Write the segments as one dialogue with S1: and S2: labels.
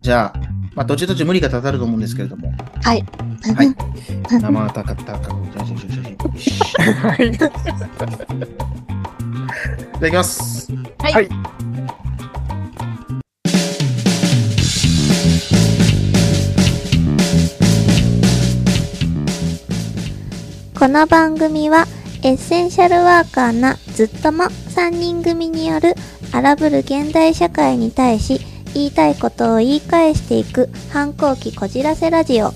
S1: じゃあ、まあ、どっちどっち無理がたたると思うんですけれども。
S2: はい。
S1: はい。生たかったか。よしよしよしよしいただきます。
S2: はい
S3: はい
S2: この番組はエッセンシャルワーカーなずっとも3人組による荒ぶる現代社会に対し言いたいことを言い返していく反抗期こじらせラジオ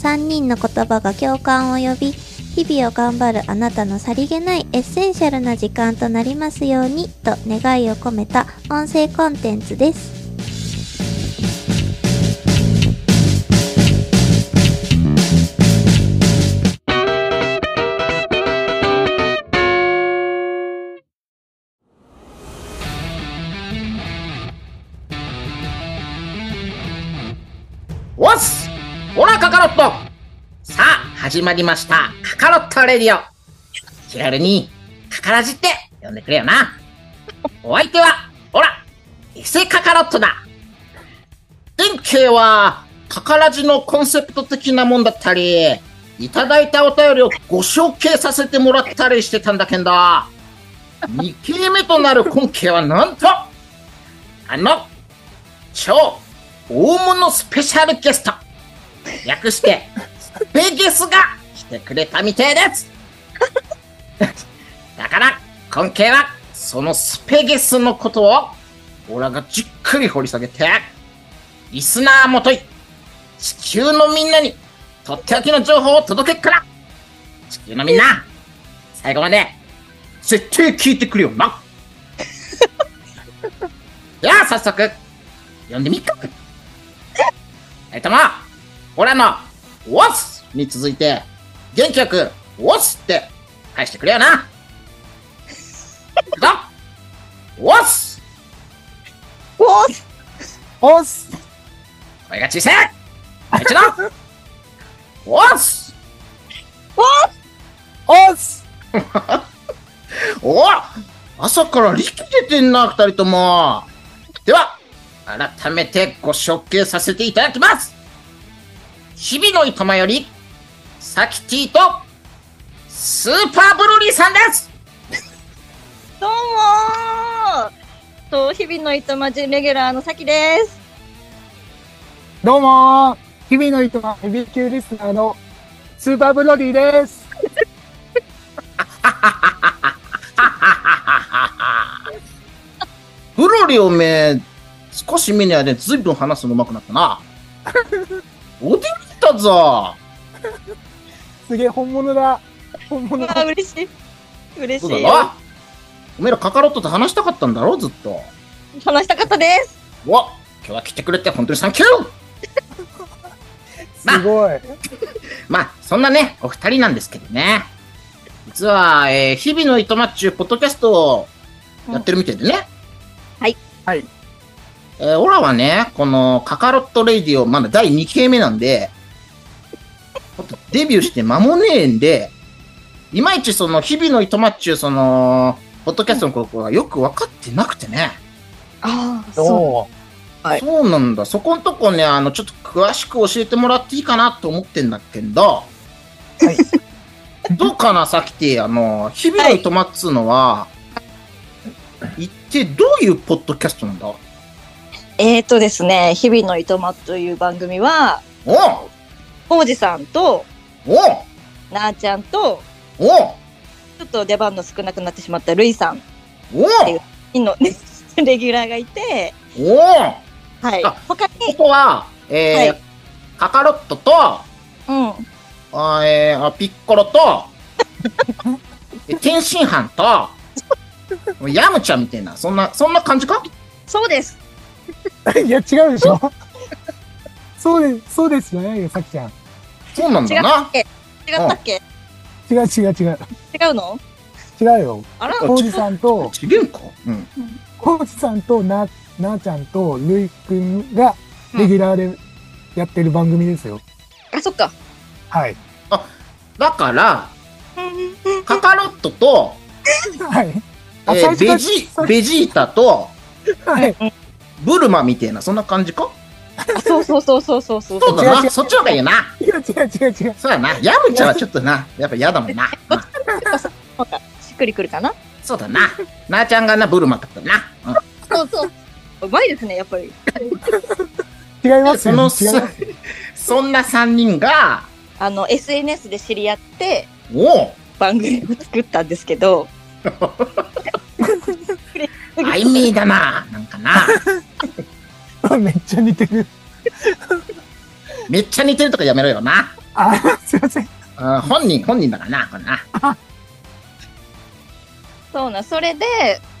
S2: 3人の言葉が共感を呼び日々を頑張るあなたのさりげないエッセンシャルな時間となりますようにと願いを込めた音声コンテンツです
S1: わっすほら、カカロットさあ、始まりました。カカロットレディオ。気軽に、カカラジって呼んでくれよな。お相手は、ほら、エセカカロットだ。前景は、カカラジのコンセプト的なもんだったり、いただいたお便りをご紹介させてもらったりしてたんだけんど、2期目となる今期はなんと、あの、超大物スペシャルゲスト、略して、スペゲスが来てくれたみてえです。 だから、今回は、そのスペゲスのことを、オラがじっくり掘り下げて、リスナーもとい、地球のみんなに、とっておきの情報を届けっから地球のみんな、最後まで、絶対聞いてくれよなでは、早速、呼んでみっかえっとも、オラの、ウォスに続いて、元気よく、ウォスって、返してくれよ な行くぞウォス
S2: おー
S3: おっす
S1: 声が小さいもう一度ウォス
S3: おっす
S1: お朝から力出てんな、二人とも。では、改めてご紹介させていただきます。日々の糸間より、サキティと、スーパーブルーリーさんです
S4: どうもーと日々のいとまじレギュラーのさきです。
S3: どうもー日々の糸がヘビー級リスナーのスーパーブロディです
S1: ブルーリーおめえ、少し目にあれ、ずいぶん話すの上手くなった な。おできたぞ。
S3: すげえ本物だ本
S4: う
S3: 物
S4: わ
S3: だ
S4: ー嬉しい。嬉
S1: そう
S4: し
S1: だ
S4: い。
S1: ろおめえらカカロットと話したかったんだろ、ずっと。
S4: 話したかったです。
S1: わ今日は来てくれて本当にサンキュー
S3: すごい
S1: まあ、そんなね、お二人なんですけどね。実は、えー、日々の糸マッチュポッドキャストをやってるみたいでね。
S4: はい。
S3: はい。
S1: えー、オラはね、このカカロットレディオ、まだ第2期目なんで、ほんとデビューして間もねえんで、いまいちその日々の糸マッチュその、ポッドキャストのことがよく分かってなくてね。
S4: ああ、う。
S3: どう
S4: はい
S1: そうなんだ。そこんとこね、あの、ちょっと詳しく教えてもらっていいかなと思ってんだけど、 どうかな、さきて、あの、日々のトマっつうのは、一体どういうポッドキャストなんだお
S4: えーとですね、日々のいとまという番組は、
S1: お
S4: 王子さんと、
S1: お
S4: なーちゃんと、
S1: お
S4: ちょっと出番の少なくなってしまったるいさん
S1: お
S4: の レギュラーがいて、
S1: おお
S4: はい
S1: あ。
S4: 他
S1: こ
S4: に、
S1: こは、えー
S4: は
S1: カカロットと、
S4: うん。
S1: あーえーあピッコロと、 え天津飯 と、ヤムちゃんみたいな、そんな、そんな感じか
S4: そうです。
S3: いや違うでしょそうですそうですじゃないよさきちゃん
S1: そうなんだな。
S4: 違ったっけ
S3: 違う違う違う
S4: 違うの
S3: 違うよ
S4: あら
S1: あ
S3: 浩二さんと
S1: 違うんかうん。
S3: 浩二さんとななーちゃんとるいくんがレギュラーでやってる番組ですよ、
S4: あ、そっか。
S3: はい
S1: だから、カカロットと、
S3: はい。
S1: え
S3: あ最
S1: ー
S3: 初から
S1: ベジ、ベジータと
S3: はい。
S1: ブルマみたいな、そんな感じか
S4: あ そうそうそうそうそうそう。
S1: そうだな、そっちの方がいいよな。
S3: 違う違う違う違う。
S1: そうだな、ヤムチャはちょっとな、やっぱ嫌だもんな。まあ
S4: なんかしっくりくるかな。
S1: そうだな、なあちゃんがな、ブルマだったな。うん
S4: そうそう。うまいですね、やっぱり。
S3: 違いま
S1: ですそ
S3: よ、
S1: の
S3: 違います。
S1: そんな3人が、
S4: あの、SNS で知り合って、
S1: おお、
S4: 番組を作ったんですけど、
S1: アイミーだな、なんかな、
S3: めっちゃ似てる。
S1: めっちゃ似てるとかやめろよな。
S3: あ、すいません。
S1: うん本人、本人だからな、これな。
S4: そうなん、それで、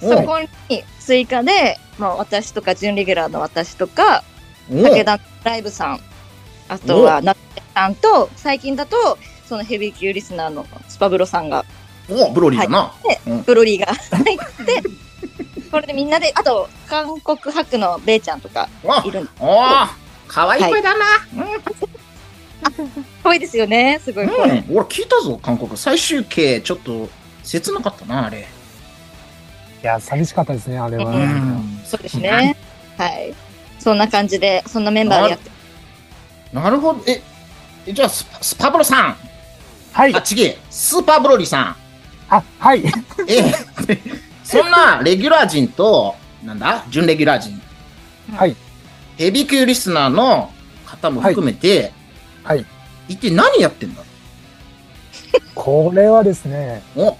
S1: お
S4: そこに追加で、まあ、私とか、準レギュラーの私とか、
S1: おお、
S4: 武田ライブさん、あとは、なっさんと、最近だと、そのヘビー級リスナーのスパブロさんが、
S1: おおブロリーだな。
S4: ブロリー が入って、これでみんなで、あと、韓国博のベイちゃんとか
S1: お
S4: いるんで、
S1: おお、可愛い声だな。
S4: すごいですよね、すごい。
S1: うん、俺聞いたぞ、韓国。最終形、ちょっと、切なかったな、あれ。
S3: いや、寂しかったですね、あれは。
S4: う
S1: うん。
S4: そうですね。はい。そんな感じで、そんなメンバーでやって、
S1: なるほど。え、えじゃあスパ、スパブロさん。
S3: はい
S1: あ、。ちげえ。スーパーブロリーさん。
S3: あ、はい。
S1: ええ、そんなレギュラー陣と、なんだ準レギュラー陣。
S3: はい。
S1: ヘビー級リスナーの方も含めて、
S3: はいはい。
S1: 一体何やってんだ
S3: これはですね、
S1: お、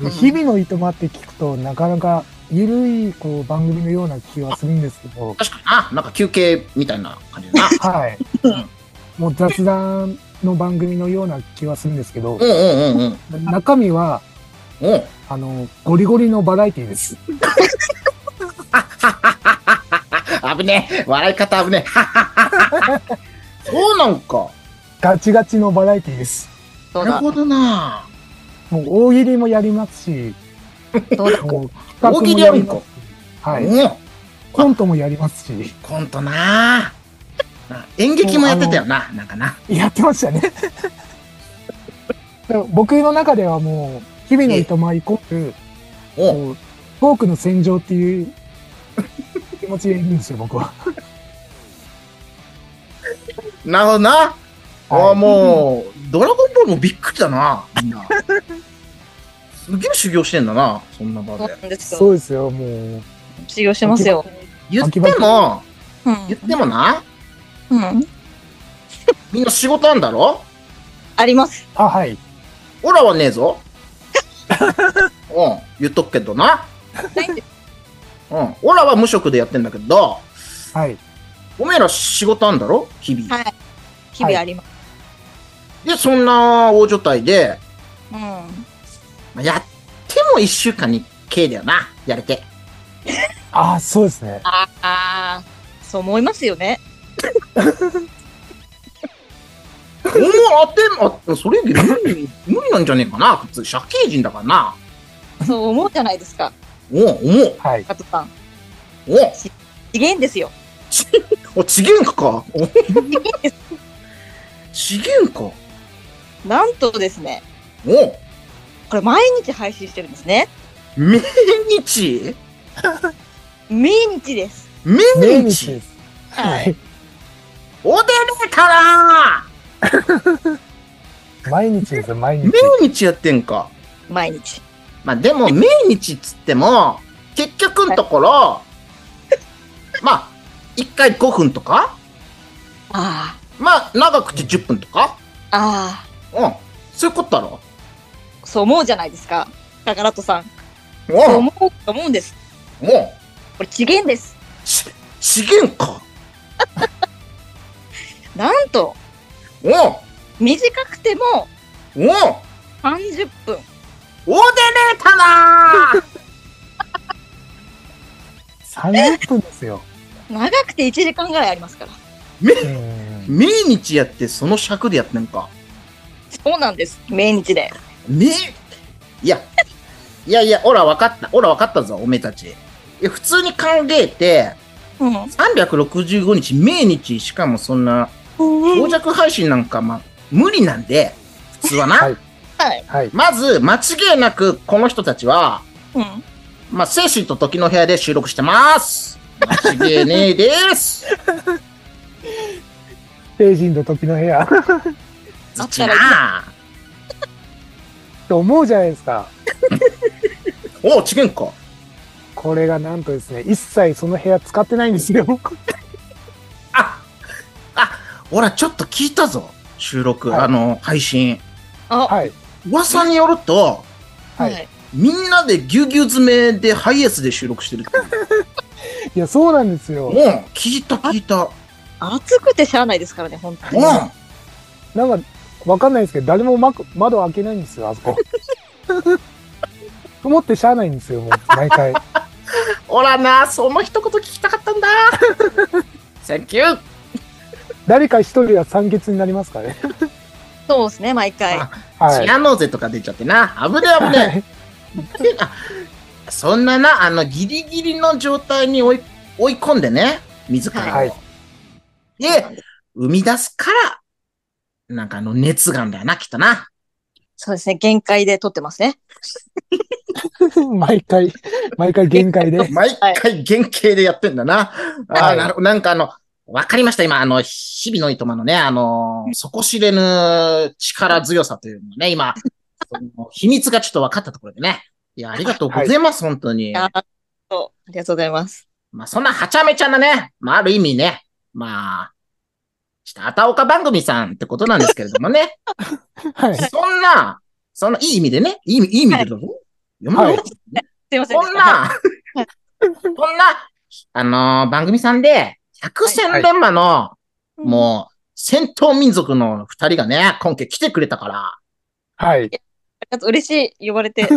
S4: うん
S3: 日々のいとまって聞くと、なかなか緩いこう番組のような気はするんですけど、。
S1: 確かにな。なんか休憩みたいな感じだな
S3: はい
S1: うん。
S3: もう雑談の番組のような気はするんですけど
S1: う、んうんうんうん。
S3: 中身は、
S1: おう
S3: あの、ゴリゴリのバラエティです。
S1: あ危ねえ。笑い方危ねえ。そうなんか。
S3: ガチガチのバラエティです。
S4: そう
S1: なる
S4: だ、
S1: ほどな。
S3: もう大喜利もやりますし、
S4: そうだ。
S3: もう
S1: 大喜利やるんか
S3: 企画もやりますしはい。
S1: おう
S3: コントもやりますし、
S1: コントなな演劇もやってたよな。なんかな。
S3: やってま したね。でも僕の中ではもう、日々のいとまイコール、
S1: おう
S3: こうトークの戦場っていう 気持ちでいるんですよ、僕は。
S1: なるほどな。あ
S3: は
S1: あ、
S3: い
S1: もう、ドラゴンボールもびっくりだな、みんな。 すげえ修行してんだな、そんな場
S4: そう
S1: で
S4: な。んです
S3: そ
S4: よ。
S3: うですよ、もう。
S4: 修行してますよ。
S1: 言って
S3: 秋
S1: も、
S4: う
S1: 言っ
S4: ん。
S1: てもな、
S4: うん。
S1: みんな仕事あんだろ
S4: あります。
S3: あ、はい。
S1: オラはねえ ぞ。うん、言っとくけどな。
S4: ないんです
S1: うん、オラは無職でやってんだけど、
S3: はい。
S1: おめえら仕事あんだろ日々。
S4: はい。日々あります。
S1: で、そんな大所帯で、
S4: うん。
S1: まあやっても一週間に軽だよな、や れて。
S3: あ、そうですね。
S4: ああー、そう思いますよね。
S1: おも当てん、あ、それより無理、無理なんじゃねえかな、普通。社経人だからな。
S4: そう思うじゃないですか。
S1: おう、思う。
S3: はい。
S4: 加藤さん。
S1: お
S4: 次元ですよ。
S1: お、ちげん か。おちげんか。お
S4: なんとですね、これ毎日配信してるんですね。
S1: 命日
S4: 毎日です。
S1: 命
S3: 命日
S1: 日
S3: です。はい。
S1: おでれから
S3: 毎日ですよ、毎日
S1: 命。日やってんか。
S4: 毎日。
S1: まあでも、命日っつっても、結局のところ、まあ、1回5分とか、
S4: あ
S1: まあ、長くて10分とか、
S4: あ、あ
S1: うん。そういうことだろ。
S4: あ、そう思うじゃないですか。宝とさん。そう
S1: おう
S4: 思うと思うんです。
S1: おう
S4: これ次元です。
S1: ち、ちげんか。
S4: なんと、
S1: おう
S4: 短くても
S1: おう
S4: 30分。
S1: おでれたなー
S3: 30分ですよ。
S4: 長くて1時間ぐらいありますから。
S3: うん
S1: 命日やって、その尺でやってんか。
S4: そうなんです。毎日で。
S1: ねいや、いやいや、オラ分かった、オラ分かったぞ、おめえたち。え普通に考えて、
S4: うん。
S1: 365日、命日、しかもそんな、傍
S4: う
S1: 若配信なんか、まあ、無理なんで、普通はな。
S3: はい
S4: はい。
S3: はい。
S1: まず、間違いなく、この人たちは、
S4: うん。
S1: まあ、精神と時の部屋で収録してます。間違いねえ です。
S3: 成人の時の部屋
S1: ずっちな
S3: と思うじゃないですか。
S1: おう、違うんか。
S3: これがなんとですね、一切その部屋使ってないんです よ。
S1: あ、あ、ほら、ちょっと聞いたぞ。収録、
S3: はい
S1: あの、配信。
S4: あ、
S3: はい。
S1: 噂によると、
S3: はい。、
S4: はいい。
S1: みんなでぎゅうぎゅう詰めでハイエースで収録してるっていう。
S3: や、そうなんですよ。
S1: うん、聞いた聞いた。うん。
S4: 暑くてしゃあないですからね、本当に。
S3: なんか、わかんないですけど、誰もま窓開けないんですよ、あそこ。 思ってしゃあないんですよ、もう、毎回。
S1: ほらな、その一言聞きたかった んだ。センキュー。
S3: 誰か一人は酸欠になりますからね。
S4: そうですね、毎回。
S1: あ
S3: はい
S1: チ。アノーゼとか出ちゃってな。危ねえ危ねえ。 あそんなな、あの、ギリギリの状態に追い追い込んでね、自らを。
S3: はい
S1: で、生み出すから、なんかあの熱があんだよな、きっとな。
S4: そうですね、限界で撮ってますね。
S3: 毎回、毎回限界で。
S1: 毎回原型でやってんだな。あ
S3: は
S1: ー
S3: い
S1: なるほどなんかあの、わかりました、今、あの、日々のいとまのね、あの、底知れぬ力強さというのをね、 今、その秘密がちょっと分かったところでね。いや、ありがとうございます、本当に。
S4: あそうありがとうございます。
S1: まあ、そんなはちゃめちゃなね、まあ、ある意味ね、まあ、したあたおか番組さんってことなんですけれどもね、
S3: はい。
S1: そんな、そんないい意味でね、いい意味、いい意味でどうぞ。読まない
S3: は
S4: すいませんで
S1: こ
S4: し
S1: ん
S4: た。
S1: な、こんな、あのー番組さんで、百戦錬磨の、もう、戦闘民族の二人がね、今回来てくれたか
S3: はい。
S4: あと嬉しい、呼ばれ て。
S1: ら。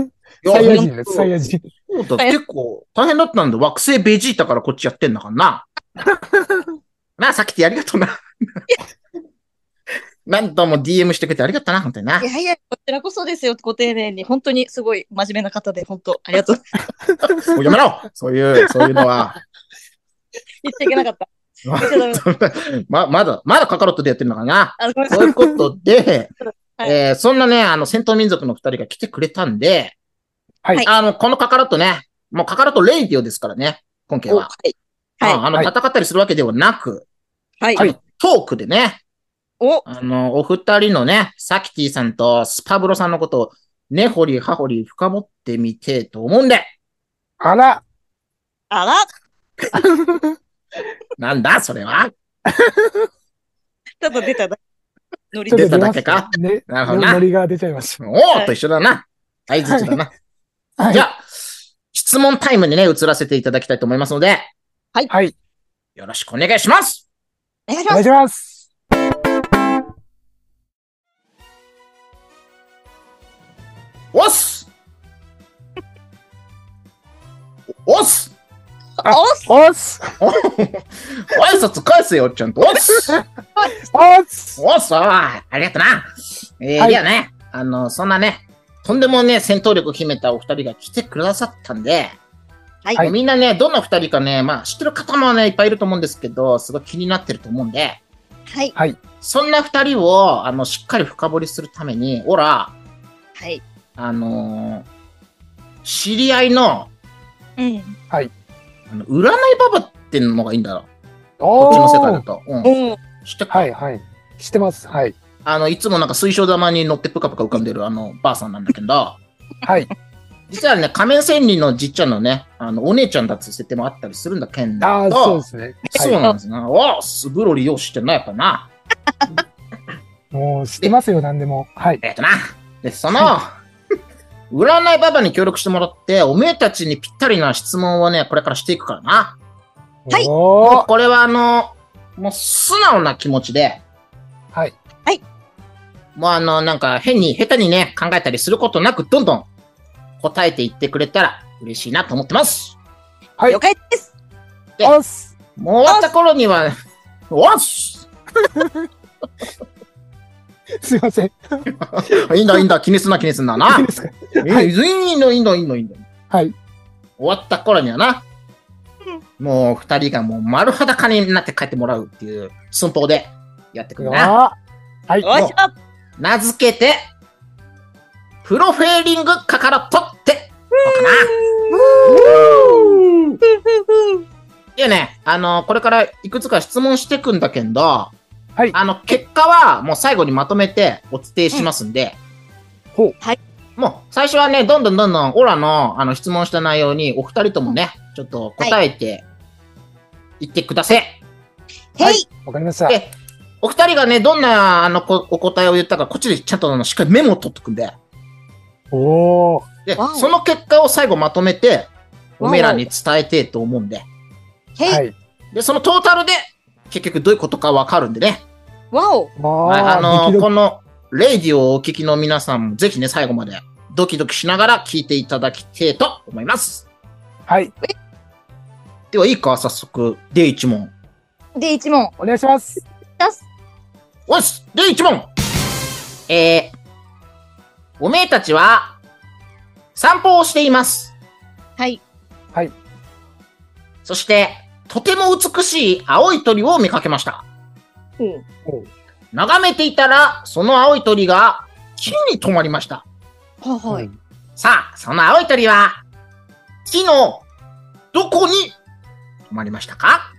S3: サイヤ
S1: い
S3: 人
S1: や
S3: です、サイヤ人。
S1: そうだ、結構大変だったんで、惑星ベジータからこっちやってんだから な。なあ、さっきってありがとうな。 なんとも DM してくれてありがとうな、本当にな。
S4: いやいや、こちらこそですよ、ご丁寧に。本当にすごい真面目な方で、本当、ありがとう。
S1: もうやめろそういう、そういうのは。
S4: 言っちゃいけなか った。言っちゃダメだっ
S1: ま、まだ、まだカカロットでやってんのかな。
S4: た。あごめんな
S1: そういうことで、
S4: はい
S1: えーそんなね、あの、戦闘民族の二人が来てくれたんで、
S3: はい
S1: あの、このカカロットね、もうカカロットレイディオですからね、今回
S4: さい。お
S1: は
S4: は。い。はい
S1: ああの、
S3: はい
S1: 戦ったりするわけではなく、
S4: はい。
S1: あのトークでね、
S4: お、
S1: あの、お二人のね、サキティさんとスパブロさんのことを、根掘り葉掘り深掘ってみてえと思うんで、
S3: あら、
S4: あら、
S1: なんだそれは
S4: ちょっと出ただ。ノリ
S3: ちょっ
S4: で
S1: 出た
S3: と出ま
S1: だ
S3: す
S1: けか
S3: ね、
S1: なるほどな
S3: ノリが出ちゃいまし
S1: おおと一緒だな。相槌だな。
S3: た。はい
S1: じゃ。あ、質問タイムにね、移らせていただきたいと思いますので、
S3: はい。
S1: よろしくお願いします
S4: お願いし
S3: お
S4: ま
S3: 願い
S4: す。
S3: します。
S1: おっすおっす
S4: おっす
S3: おっす
S1: 挨拶返せよ、ちゃんと。おっす
S3: おっす
S1: おっすありがとな。えー
S3: はい
S1: ではね、あの、そんなね、とんでもね、戦闘力を秘めたお二人が来てくださったんで、
S4: はい
S1: もうみんなね、どんな二人かね、まあ、知ってる方もね、いっぱいいると思うんですけど、すごい気になってると思うんで、
S4: はい。
S1: そんな二人を、あの、しっかり深掘りするために、オラ、
S4: はい。
S1: あのー知り合いの、
S4: うん。
S1: あの占いパパっていうのがいいんだろう。こっちの世界だ
S3: おー
S1: と。うん。
S4: おー
S1: 知ってっか
S3: はい、はい。してます。はい。
S1: あの、いつもなんか水晶玉に乗ってぷかぷか浮かんでるあの、ばあさんなんだけど、
S3: はい。
S1: 実はね、仮面仙人のじっちゃんのね、あの、お姉ちゃんだっていう設定もあったりするんだけん だ
S3: ああ、そうですね。
S1: そうなんですな。おおすブロリよう知ってんな、やっぱな。
S3: もう、してますよ、何でも。はい。
S1: えっとな。で、その、 占いパパに協力してもらって、おめえたちにぴったりな質問をね、これからしていくからな。
S4: はい
S1: もう
S3: おー
S1: これはあの、もう素直な気持ちで、
S3: はい。
S1: もうあの、なんか変に、下手にね、考えたりすることなく、どんどん答えていってくれたら嬉しいなと思ってます。
S3: はい
S4: 了。解です。
S1: で
S3: おっす
S1: もう終わった頃には、おっす
S3: すいません。
S1: いいんだ、いいんだ、気にすんな、気にすんなな。
S3: い
S1: い
S3: い
S1: い
S3: ですか
S1: いの、いいの、いいの、いいの。
S3: はい。
S1: 終わった頃にはな、もう二人がもう丸裸になって帰ってもらうっていう寸法でやってくるな。
S3: あーは
S4: よっ
S3: い。
S4: しゃ。
S1: 名付けて、プロフェーリングカカロットってのかな。でね、あの、これからいくつか質問してくんだけど、はいあの、結果はもう最後にまとめてお伝えしますんで、
S3: ほう。
S1: もう最初はね、どんどんどんどんオラのあの質問した内容にお二人ともね、ちょっと答えていってください。
S4: へい
S3: わかりました。
S1: で、お二人がね、どんなあのこお答えを言ったか、こっちでちゃんとあのしっかりメモを取っとくんで、
S3: おー。
S1: で
S4: わお、
S1: その結果を最後まとめて、
S4: お
S1: おめえらに伝えてえと思うんで、
S4: へい
S3: い。
S1: で、そのトータルで、結局どういうことかわかるんでね。
S4: わお
S1: はい、
S3: あ
S1: あの
S3: ドキド
S1: この、レイディオをお聞きの皆さんも、ぜひね、最後まで、ドキドキしながら聞いていただきてえと思います。
S3: キはい。
S1: では、いいか、早速、で一問。
S4: で、一問。
S3: お願いします。
S4: 出す。
S1: よしで一問えー、おめえたちは、散歩をしています。
S4: はい。
S1: そして、とても美しい青い鳥を見かけました。
S4: うん。
S1: 眺めていたら、その青い鳥が、木に止まりました。
S4: ははい。
S3: うん。
S1: さあ、その青い鳥は、木の、どこに、止まりましたか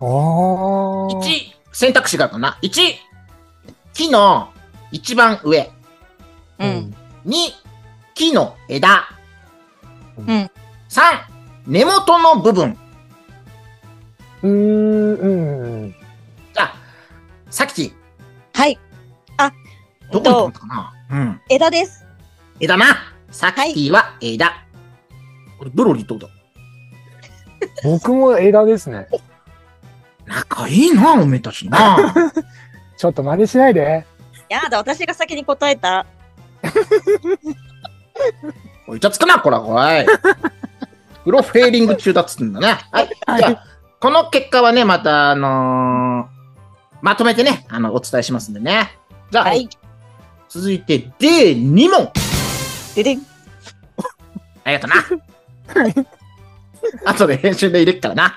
S3: おー。
S1: 1選択肢があるな1木の一番上
S4: う。
S3: うんん。
S1: 2木の枝、
S3: うん
S1: 3根元の部分
S3: うーん。うん。
S1: じゃあさっき
S4: はい。あ、
S1: どこに飛んだかな、うん、
S4: 枝です。
S1: 枝なさっきは枝、これブロリーどうだ
S3: 僕も枝ですね。
S1: 仲いいなおめえたちな
S3: ちょっと真似しないで。
S4: やだ、私が先に答えた。
S1: おいイチャつくなこらこ いプロフェーリング中だっつってんだねはいじゃあこの結果はねまたあのーまとめてねあのお伝えしますんでねじゃあ、
S4: はい。
S1: 続いて D2 問
S4: ででん。
S1: ありがとうな。あとで編集で入れっから な。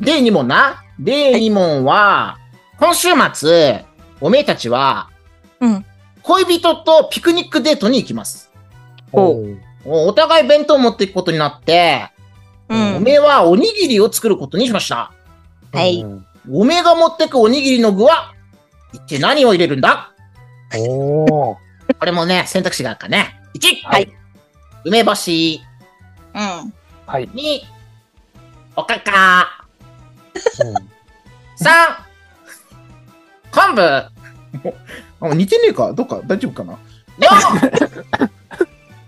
S1: で、2問な。で、2問は、今週末、おめえたちは、
S4: うん
S1: 恋人とピクニックデートに行きます。
S4: お
S3: う。
S1: おお互い弁当を持っていくことになって、
S4: う
S1: お
S4: ん。
S1: めえはおにぎりを作ることにしました。
S4: はい
S3: うん。
S1: おめえが持ってくおにぎりの具は、一体何を入れるんだ
S3: おー。
S1: これもね、選択肢があるからね。1、
S4: はい
S1: 梅干し。
S4: うん。
S3: はい。
S1: 2、おかか。
S3: うん
S1: 3、昆布。あ、似てねえかどっか大丈夫かな ?4、ツ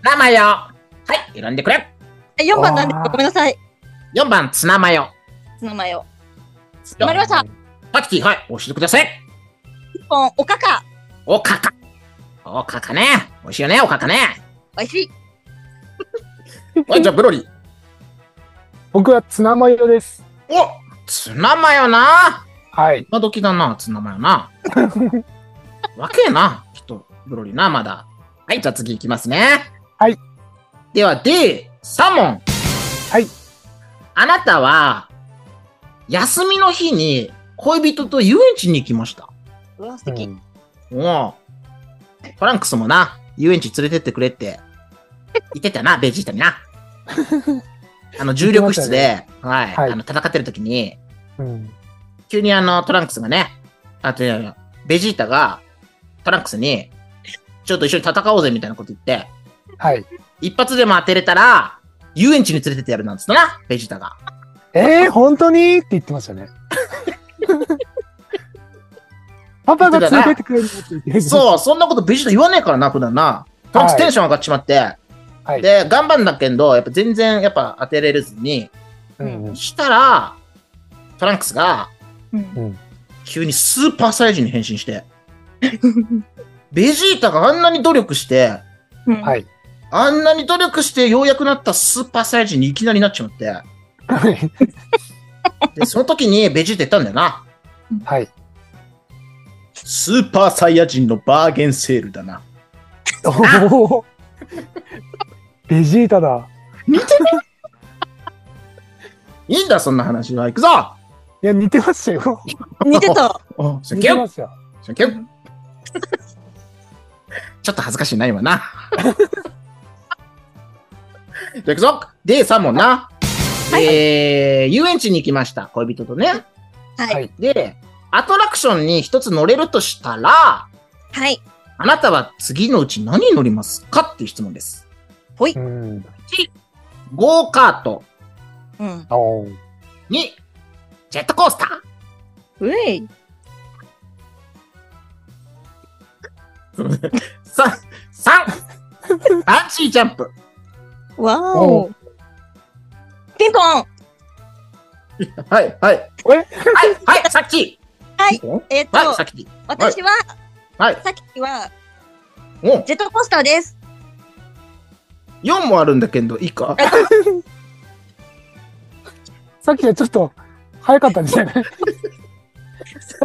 S1: ナマヨ。はい、選んでくれ。
S4: え四番なんで
S3: あー
S4: ごめんなさい。
S1: 4番、ツナマヨ。
S4: 名前を。決まりました。
S1: パキティ、はい、教えてください。
S4: 一本、おかか。
S1: おかか。おかかね。美味しいよね、おかかね。
S4: おいしい。
S1: おいじゃあ、ブロリー。
S3: 僕はツナマヨです。
S1: おツナマヨな。
S3: はい。
S1: 今時だな、ツナマヨ な。わけえな、ちょっと、ブロリーな、まだ。はい、じゃあ次いきますね。
S3: はい。
S1: では、D、サモン。
S3: はい。
S1: あなたは、休みの日に恋人と遊園地に行きました。
S4: うわ、素
S3: う
S4: 敵。
S3: ん
S1: おお。トランクスもな、遊園地連れてってくれって、言ってたな、ベジータに な。あの、重力室で、はい、
S3: はい
S1: あの、戦ってる時に、
S3: うん。
S1: 急にあの、トランクスがね、あと、いやいやベジータが、トランクスに、ちょっと一緒に戦おうぜみたいなこと言って、
S3: はい。
S1: 一発でも当てれたら、遊園地に連れてってやるなんつったな、ベジータが。
S3: えー、本当にって言ってましたね。パパが連れてってくれるのって言ってう。
S1: そう、そんなことベジータ言わねえからな、普段な。トランクステンション上がっちまって、
S3: はい。
S1: で、頑張んだけど、やっぱ全然、やっぱ当てれずに、
S3: うんうん
S1: したら、トランクスが、
S4: うん。
S1: 急にスーパーサイヤ人に変身して、ベジータがあんなに努力して、
S4: うん
S3: はい。
S1: あんなに努力してようやくなったスーパーサイヤ人にいきなりなっちま って、
S3: はい。
S1: で、その時にベジータ言ったんだよな。
S3: はい。
S1: スーパーサイヤ人のバーゲンセールだな。
S3: おお。 ベジータだ。
S1: いいんだ、そんな話は。行くぞあ、
S3: いや、似てましたよ。
S4: 似てた。
S1: セ
S3: 似
S1: ンキ
S3: て
S1: ュー
S3: ましたよ。
S1: センキューちょっと恥ずかしいな、今な。じゃあ、いくぞ !D3 問な。
S4: はい
S1: えー、遊園地に行きました。恋人とね。
S4: はい。
S1: で、アトラクションに一つ乗れるとしたら、
S4: はい。
S1: あなたは次のうち何に乗りますかっていう質問です。
S3: うん。
S1: ゴーカート。
S4: うん。
S3: おー
S1: 2、ジェットコースター。
S4: うえい。
S1: 3、3、バンシージャンプ。
S4: わーお。ピンポン
S1: はい、はい。は
S3: え
S1: い、はい、さっき。
S4: はい。えっと、
S1: はい、さっき。
S4: 私は、
S1: はい
S4: さっきは、
S1: お
S4: ジェットコースターです。
S1: 4もあるんだけど、いいか
S3: さっきはちょっと早かったんじ ゃないだ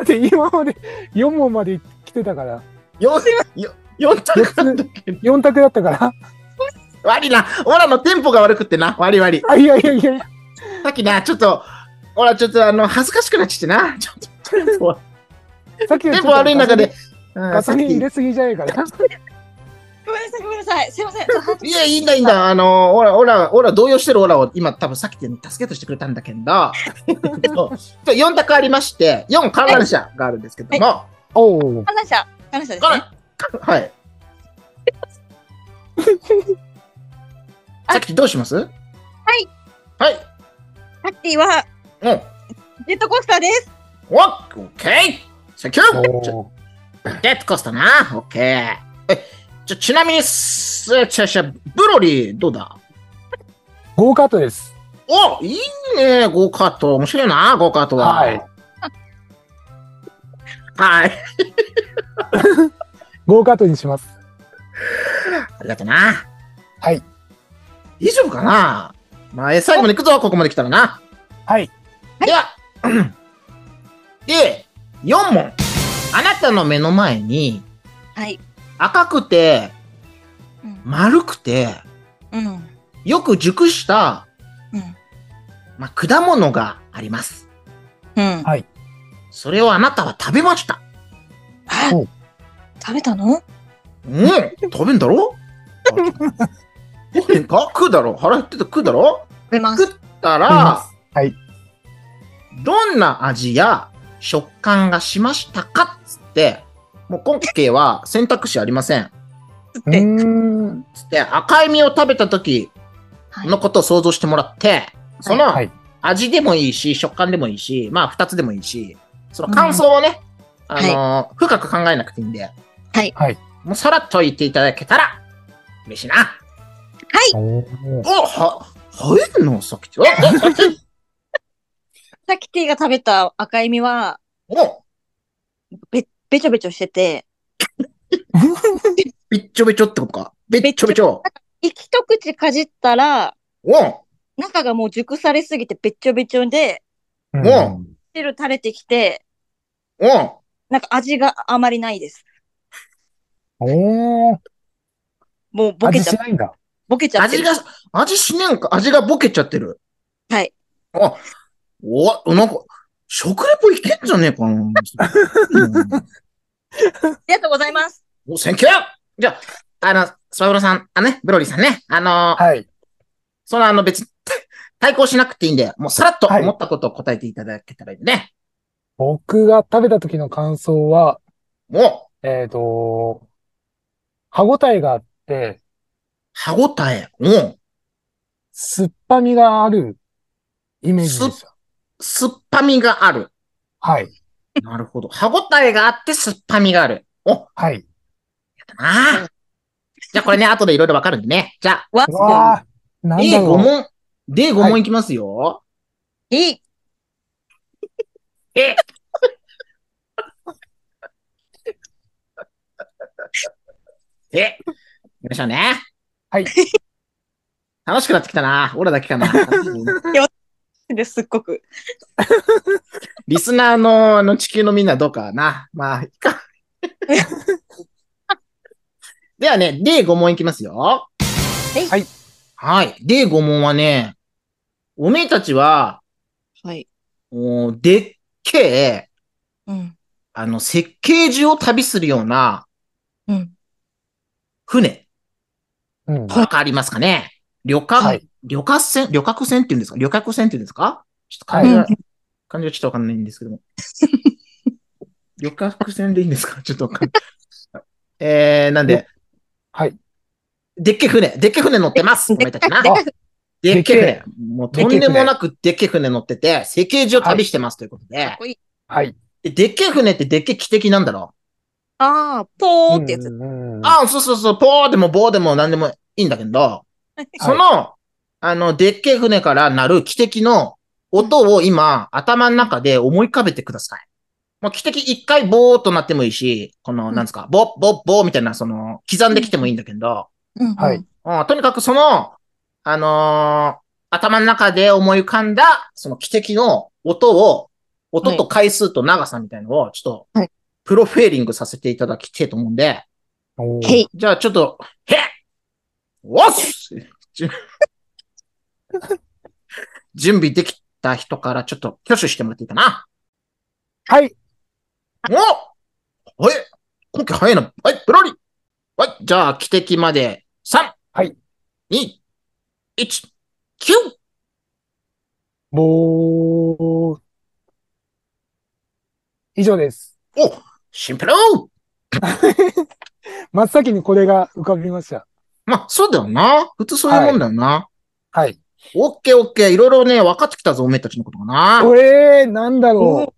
S3: って今まで4問まで来てたから、
S1: ?4、4択なんだけど。
S3: 4択だったから。
S1: 悪いな。オラのテンポが悪くってな。悪い悪い。
S3: あ、いやいやいやいや。
S1: さっきな、ちょっと、オラちょっとあの、恥ずかしくなっちゃってな。ちょっと、テンポ、
S3: さっき
S1: テン
S3: はちょっと
S1: ポ悪い中で。うん
S3: ガソリ
S1: さ
S3: ン入
S1: っ
S3: れすぎじゃないかな。
S4: ごめんなさい、ごめんなさい。すいま せん。ちょっと
S1: きいや、いいんだ、いいんだ。あの、オラ、オラ、オラ、動揺してるオラを今、多分さっきで助けとしてくれたんだけ ど、4択ありまして、4観覧車があるんですけども、
S3: おお。
S4: 観覧車、観覧車です
S1: こ
S4: ね。
S1: れ。はい。さっきどうしますはいはい。
S4: さっきは、
S1: うん。
S4: ジェットコースターです。
S1: おオッケーセキューちょジェットコースターな。オッケー。え、ちょ、ちなみに、すちゃちゃ、ブロリー、どうだ
S3: ゴーカートです。
S1: おいいね、ゴーカート。面白いな、ゴーカートは。
S3: はい。
S1: はい。
S3: ゴーカートにします。
S1: ありがとな。
S3: はい。
S1: 大丈夫かなまあ、え最後まで行くぞ、ここまで来たらな。
S3: はい。
S1: では、 で、4問。あなたの目の前に、
S4: はい。
S1: 赤くて、
S4: うん。
S1: 丸くて、
S4: うん。
S1: よく熟した、
S4: うん。
S1: まあ、果物があります。
S4: うん。
S1: それをあなたは食べました。
S4: あ
S3: お
S4: 食べたの
S1: うん、食べんだろ食べんか食うだろ腹減ってて食うだろ
S4: 食べます。
S1: 食った
S3: 食べま
S1: ら
S3: す、はい。
S1: どんな味や食感がしましたかっつって、もう今回は選択肢ありません。
S3: うーん。
S1: つって、赤い実を食べた時のことを想像してもらって、その
S3: はい。
S1: 味でもいいし、食感でもいいし、まあ二つでもいいし、その感想をね、あのー深く考えなくていいんで、
S3: はい。
S1: もうさらっと言っていただけたら、嬉しいな。
S3: お
S1: おは、入るのさっき。お、お、さっき。
S4: さっきティが食べた赤い実は、
S1: お、
S4: べ、べちょべちょしてて、
S1: べっちょべちょってことか。べっちょべちょ。
S4: 一口かじったら、
S1: お、
S4: 中がもう熟されすぎてべっちょべちょで、
S1: も
S3: う。
S4: 汁垂れてきて、
S1: お、
S4: なんか味があまりないです。
S3: おお。
S4: もうボケ
S3: 味
S4: ちゃ
S3: し、ないんだ。
S4: ボケちゃって
S1: 味
S4: る。
S1: が、味しねんか。味がボケちゃってる。
S4: はい。
S1: あ、お、なんか、食レポいけんじゃねえか な。うん
S4: ありがとうございます。
S1: お、センキューじゃあ、あの、スパブロさん、あのね、ブロリーさんね、あのー
S3: はい。
S1: そのあの別に、対抗しなくていいんで、もうさらっと
S3: はい
S1: 思ったことを答えていただけたらいいね。
S3: 僕が食べた時の感想は、
S1: もう、
S3: えっ、と、歯ごたえがあって、
S1: 歯ごたえ、うん、
S3: 酸っぱみがあるイメージでした。
S1: 酸っぱみがある。
S3: はい。
S1: なるほど。歯ごたえがあって酸っぱみがある。お、やっ
S3: はい。
S1: たなじゃあこれね、後でいろいろわかるんでね。じゃあ、
S4: わ
S3: うわあ、なんだ
S1: D5
S3: ろう。
S1: 問、D5 問いきますよ。
S4: いい。
S1: ええ行きましょうね。
S3: はい。
S1: 楽しくなってきたな。俺だけかな。
S4: ですっごく。
S1: リスナーのあの地球のみんなどうかな。まあ、いい か。ではね、D5 問いきますよ。
S4: い
S1: はい。はい。D5 問はね、おめえたちは、
S4: はい。
S1: おーでっけえ、
S4: うん。
S1: あの、設計中を旅するような、
S4: うん。
S1: 船。
S3: うん。
S1: 他ありますかね旅客、
S3: はい
S1: 旅客船、旅客船って言うんですか旅客船って言うんですかちょっと漢字が、漢字がちょっとわかんないんですけども。 旅客船でいいんですかちょっとわかんない。えー、なんで、
S3: はい。
S1: でっけえ船、でっけえ船乗ってます、お前たちな。でっけえ
S3: でっ
S1: 船。もうとんでもなくでっけえ船乗ってて、世界中を旅してますということ
S4: かっ
S1: で、
S4: こいい。
S3: はい。
S1: ででっけえ船ってでっけえ汽笛なんだろ
S4: ああ、ポーってやつ。
S3: うん
S1: う。ああ、そうそうそう、ポーでも棒でも何でもいいんだけど、その、あの、でっけえ船から鳴る汽笛の音を今、頭の中で思い浮かべてください。もう汽笛一回ボーっとなってもいいし、この、
S4: うん
S1: なんですか、ボッ、ボッ、ボーみたいな、その、刻んできてもいいんだけど、
S4: うん
S3: はい。
S1: うん、とにかくその、あのー頭の中で思い浮かんだ、その汽笛の音を、音と回数と長さみたいのを、ちょっ
S4: は
S1: と
S4: い、
S1: プロフェーリングさせていただきたいと思うんで、
S3: おー
S4: へい。
S1: じゃあちょっと、へっおっすじゅ準備できた人からちょっと挙手してもらっていいかな
S3: はい。
S1: おはい今回早いな。はい、プロリはい、じゃあ、汽笛まで、3、
S3: はい、
S1: 2、1、9!
S3: ぼー。以上です。
S1: お、シンプル
S3: 真っ先にこれが浮かびました。
S1: まあ、そうだよな。普通そういうもんだよな。
S3: はい。
S1: オッケーオッケー。いろいろね、分かってきたぞ、おめえたちのことがな。
S3: えー、なんだろ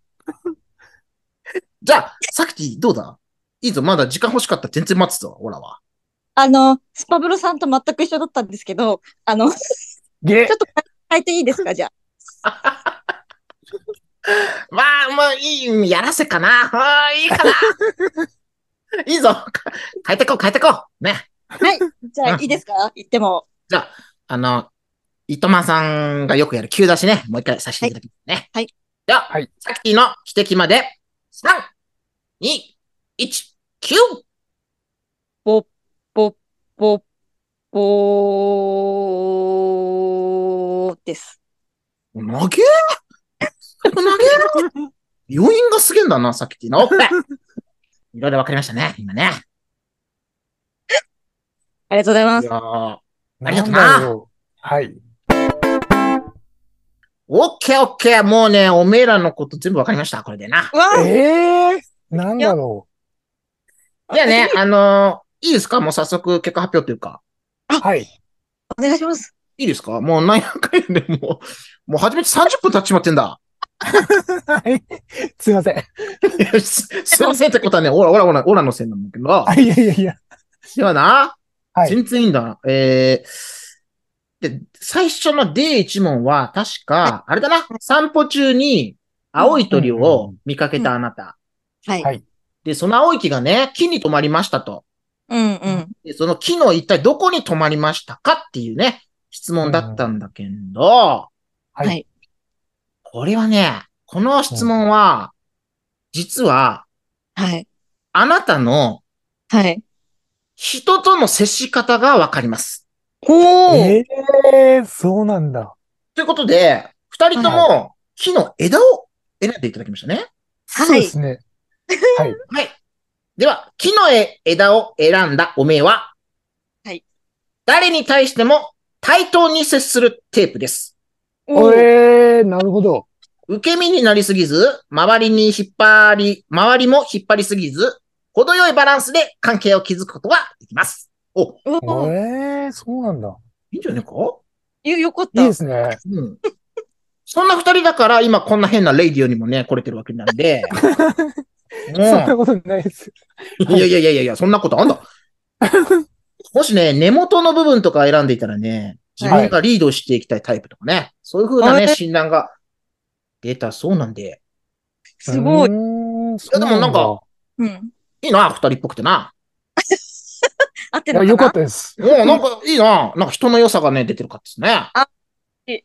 S1: じゃあ、さっきどうだいいぞ、まだ時間欲しかったら全然待つぞ、オラは。
S4: あの、スパブロさんと全く一緒だったんですけど、あの、
S3: う。げ
S4: ちょっと変えていいですか、じゃあ。
S1: まあ、まあ、いい、やらせかな。はーい、いいかな。 いいぞ。か変えてこう、変えてこう。ね。
S4: じゃあ、いいですか言っても。
S1: じゃあ、あの、いとまさんがよくやる急出しね、もう一回させていただきますね。
S4: はい。
S1: では、
S3: はい
S1: さっきの汽笛まで、3、2、1、9!
S4: ぼ、ぼ、ぼ、ぼーです。
S1: 投げ投げ余韻がすげえんだな、さっきの。いろいろわかりましたね、今ね。
S4: ありがとうございま
S1: い
S4: す。
S1: やーありが
S3: な
S1: と
S3: ん
S1: うな
S3: だろう。はい。
S1: オッケーオッケーもうね、おめえらのこと全部わかりました、これでな。
S4: う わー
S3: えー、なんだろ
S1: じゃあね、あのーいいですかもう早速結果発表というか。
S3: う。はい。
S4: お願いします。
S1: いいですかもう何百回でも う、もう初めて30分経っちまってんだ。
S3: はい。すいません。
S1: いやすすいませんってことはね、オラ、オラ、オラ、オラのせいなんだけど、
S3: あ、いやいやいや。
S1: ではな、
S3: はい
S1: 全然いいんだな。えー、で、最初の D1 問は、確か、あれだな、散歩中に青い鳥を見かけたあなた。
S4: はい
S3: はい。
S1: で、その青い木がね、木に止まりましたと。
S4: うんうん。
S1: で、その木の一体どこに止まりましたかっていうね、質問だったんだけど、
S3: はい
S4: はい
S1: これはね、この質問は、実は、
S4: はい。
S1: あなたの
S4: はい。
S1: 人との接し方がわかります。
S4: ほー。
S3: ええー、そうなんだ。
S1: ということで、二人とも木の枝を選んでいただきましたね。
S3: そうですね。はい。
S1: はい。では、木のえ枝を選んだおめえは、
S4: はい。
S1: 誰に対しても対等に接するテープです。
S4: おー
S3: ええー、なるほど。
S1: 受け身になりすぎず、周りに引っ張り、周りも引っ張りすぎず、程よいバランスで関係を築くことができます。お、い
S4: お
S3: え
S4: ー
S3: えー、そうなんだ。
S1: いんじゃねえか
S4: よ、よかっ
S3: いい
S4: た
S3: で。すね。
S1: うん。そんな二人だから、今こんな変なレイディオにもね、来れてるわけなん で。うん
S3: そんなことないです。
S1: いやいやいやいやいや、そんなことあんだ。もしね、根元の部分とか選んでいたらね、自分がリードしていきたいタイプとかね、そういう風なね、
S4: はい
S1: 診断が出たそうなんで、
S4: すごい。
S3: い
S1: いやでもなんか、
S4: うん。
S1: いいな、二人っぽくてな。
S4: 合って
S3: い
S4: たかな
S3: や、よかったです。
S1: もうなんかいいな、なんか人の良さがね、出てるかですね。
S4: あいい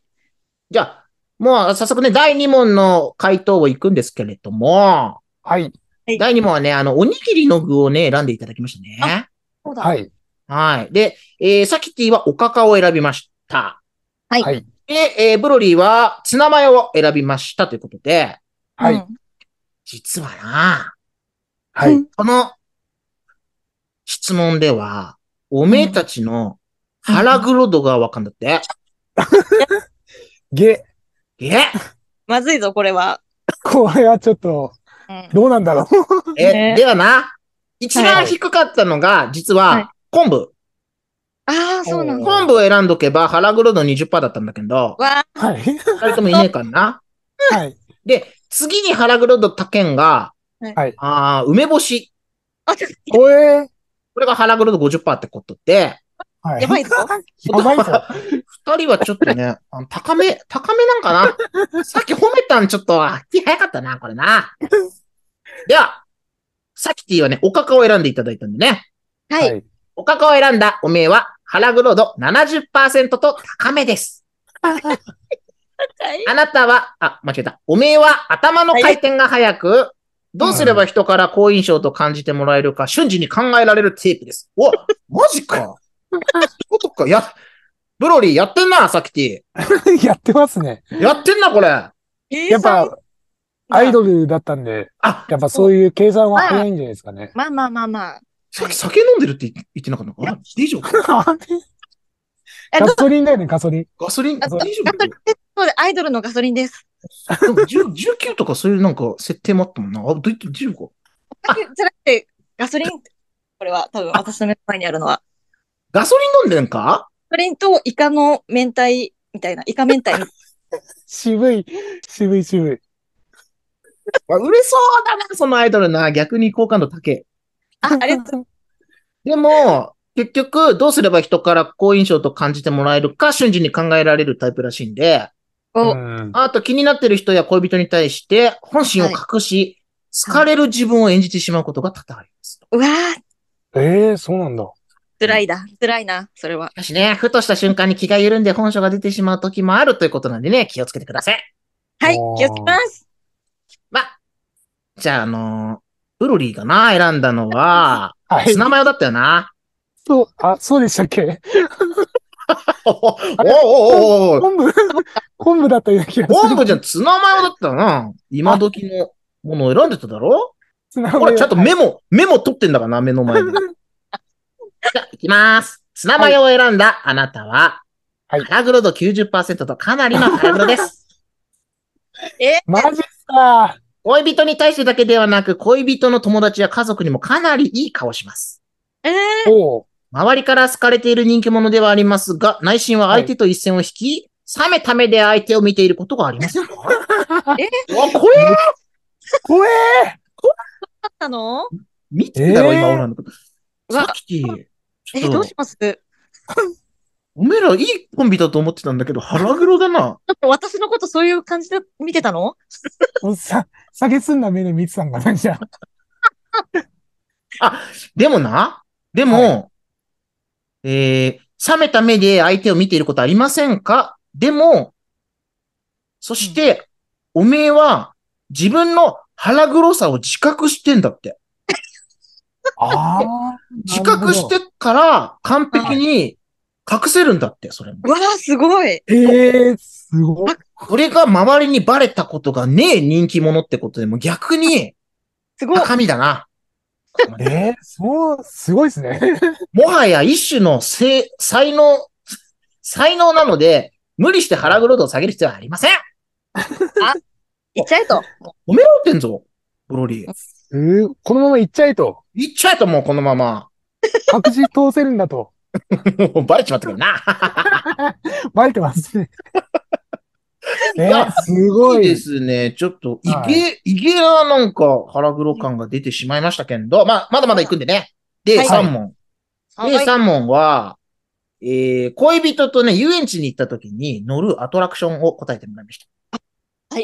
S1: じゃあ、もう早速ね、第2問の回答をいくんですけれども、
S3: はい。
S1: 第2問はね、あの、おにぎりの具をね、選んでいただきましたね。
S4: そうだ。
S3: はい。
S1: はい。で、えー、サキティはおかかを選びました。
S4: はい
S3: はい。
S1: で、えーブロリーはツナマヨを選びましたということで、
S3: は
S4: う
S3: い。
S4: ん
S1: 実はな、
S3: は
S4: う
S3: い
S4: ん。
S1: この質問では、おめえたちの腹黒度がわかんだって。
S3: ゲ、
S1: え
S4: まずいぞ、これは。
S3: これはちょっと、
S4: うん
S3: どうなんだろう。
S1: え、
S4: ね
S1: ではな、一番低かったのが、実
S4: はい
S1: は、昆布。
S4: ああ、そうなんだ。
S1: 昆布を選んどけば腹黒度20%だったんだけど、
S4: わ
S3: はい。
S1: 二人ともいねえからな。
S3: はい。
S1: で、次に腹黒度他県が、
S3: はい
S1: あー梅干し。
S4: あ、
S3: おえ
S1: これが腹黒度50%ってことって、
S3: ーはい。
S4: やばいぞ。
S3: やばいぞ。
S1: 二人はちょっと ね、あの高め、高めなんかな。さっき褒めたんちょっと、気早かったな、これな。では、さきティはね、おかかを選んでいただいたんでね。
S4: はい。
S3: はい
S1: おかかを選んだおめえは、腹黒度70%と高めです。
S4: はい
S1: あなたは、あ、間違えた。おめえは頭の回転が速く、どうすれば人から好印象と感じてもらえるか、瞬時に考えられるテープです。お、マジか。そういうことか。や、ブロリーやってんな、さきテ
S3: やってますね。
S1: ィ。やってんな、これ。
S3: やっぱ、アイドルだったんで、
S1: あ、
S3: やっぱそういう計算は早いんじゃないですか ね。
S4: まあまあまあまあ。
S1: さっき酒飲んでるって言ってなかったのかあ、大丈夫
S4: え
S3: ガソリンだよね、ガソリン。
S1: ガソリン、
S4: あ
S1: 大丈
S4: ガソリンそうで、アイドルのガソリンです。
S1: 夫なんか10 ?19 とかそういうなんか設定もあったもんな。あ、どういって大丈夫か
S4: じゃなくて、ガソリン、これは多分私の目の前にあるのは。
S1: ガソリン飲んでんか
S4: ガソリンとイカの明太みたいな、イカ明太みたい
S3: 渋い、渋い、渋い。
S1: あ売れそうだな、そのアイドルな。逆に好感度高え。
S4: な。あ、ありがとう。
S1: でも、結局、どうすれば人から好印象と感じてもらえるか、瞬時に考えられるタイプらしいんで、
S4: お
S3: うん
S1: あと気になってる人や恋人に対して、本心を隠し、好かれる自分を演じてしまうことが多々あります。
S4: うわー、
S3: ええそうなんだ。
S4: 辛いだ。辛いな、それは
S1: し。かしね、ふとした瞬間に気が緩んで本性が出てしまう時もあるということなんでね、気をつけてください。
S4: はい
S3: おー、
S4: 気をつけます。
S1: まあ、じゃあ、あのー、ウロリーがな、選んだのは、
S3: はい
S1: ツ。ナマヨだったよな。
S3: そう、あ、そうでしたっけ
S1: おおおおお
S3: 昆布 昆布だったような気がする。
S1: 昆布じゃん、ツナマヨだったよな。今時のものを選んでただろ
S3: つ なが
S1: ほら、ちゃんとメモ、メモ取ってんだからな、目の前に。じゃあ、いきます。ツナマヨを選んだあなたは、
S3: はい
S1: 腹黒度90%とかなりの腹黒です。
S3: マジっすか。
S1: 恋人に対してだけではなく、恋人の友達や家族にもかなりいい顔します。
S4: えー、
S3: おう
S1: 周りから好かれている人気者ではありますが、内心は相手と一線を引き、冷めた目で相手を見ていることがあります。
S4: え
S1: わこれ
S3: 怖え
S4: あったの
S1: 見てたろ、
S3: えー
S1: 今、オラのこと。
S4: うわ
S1: さっき、
S4: え
S1: ちょ
S4: どう
S1: っ
S4: し
S1: と、
S4: ますち
S1: おめえらいいコンビだと思ってたんだけど、腹黒だな。
S4: ょっと私のことそういう感じで見てたの
S3: おっさん、酒すんな目で見てたんかな、じゃあ。
S1: でもな、でも、えー、冷めた目で相手を見ていることありませんかでも、そして、おめえは自分の腹黒さを自覚してんだって。
S3: ああ。
S1: 自覚してから完璧に隠せるんだって、それも。
S4: うわー、すごい。
S3: ええすごい。
S1: それが周りにバレたことがねえ人気者ってことでも逆に
S4: すごい。
S1: 高みだな。
S3: ええそう、すごいですね。
S1: もはや一種のせ才能、才能なので、無理して腹黒度を下げる必要はありません。
S4: いっちゃえと。
S1: 褒められてんぞ、ブロリー。
S3: えーこのままいっちゃえと。
S1: 言っちゃえともうこのまま。
S3: 白紙通せるんだと。
S1: もうバレちまったけどな。
S3: バレてますね。ええすごい。
S1: いいですね。ちょっと、い
S3: は
S1: げ、いげななんか腹黒感が出てしまいましたけんど、まあ、まだまだ行くんでね。で、
S4: はい
S1: 3問。
S4: はい
S1: で、3問は、えー、恋人とね、遊園地に行った時に乗るアトラクションを答えてもらいました。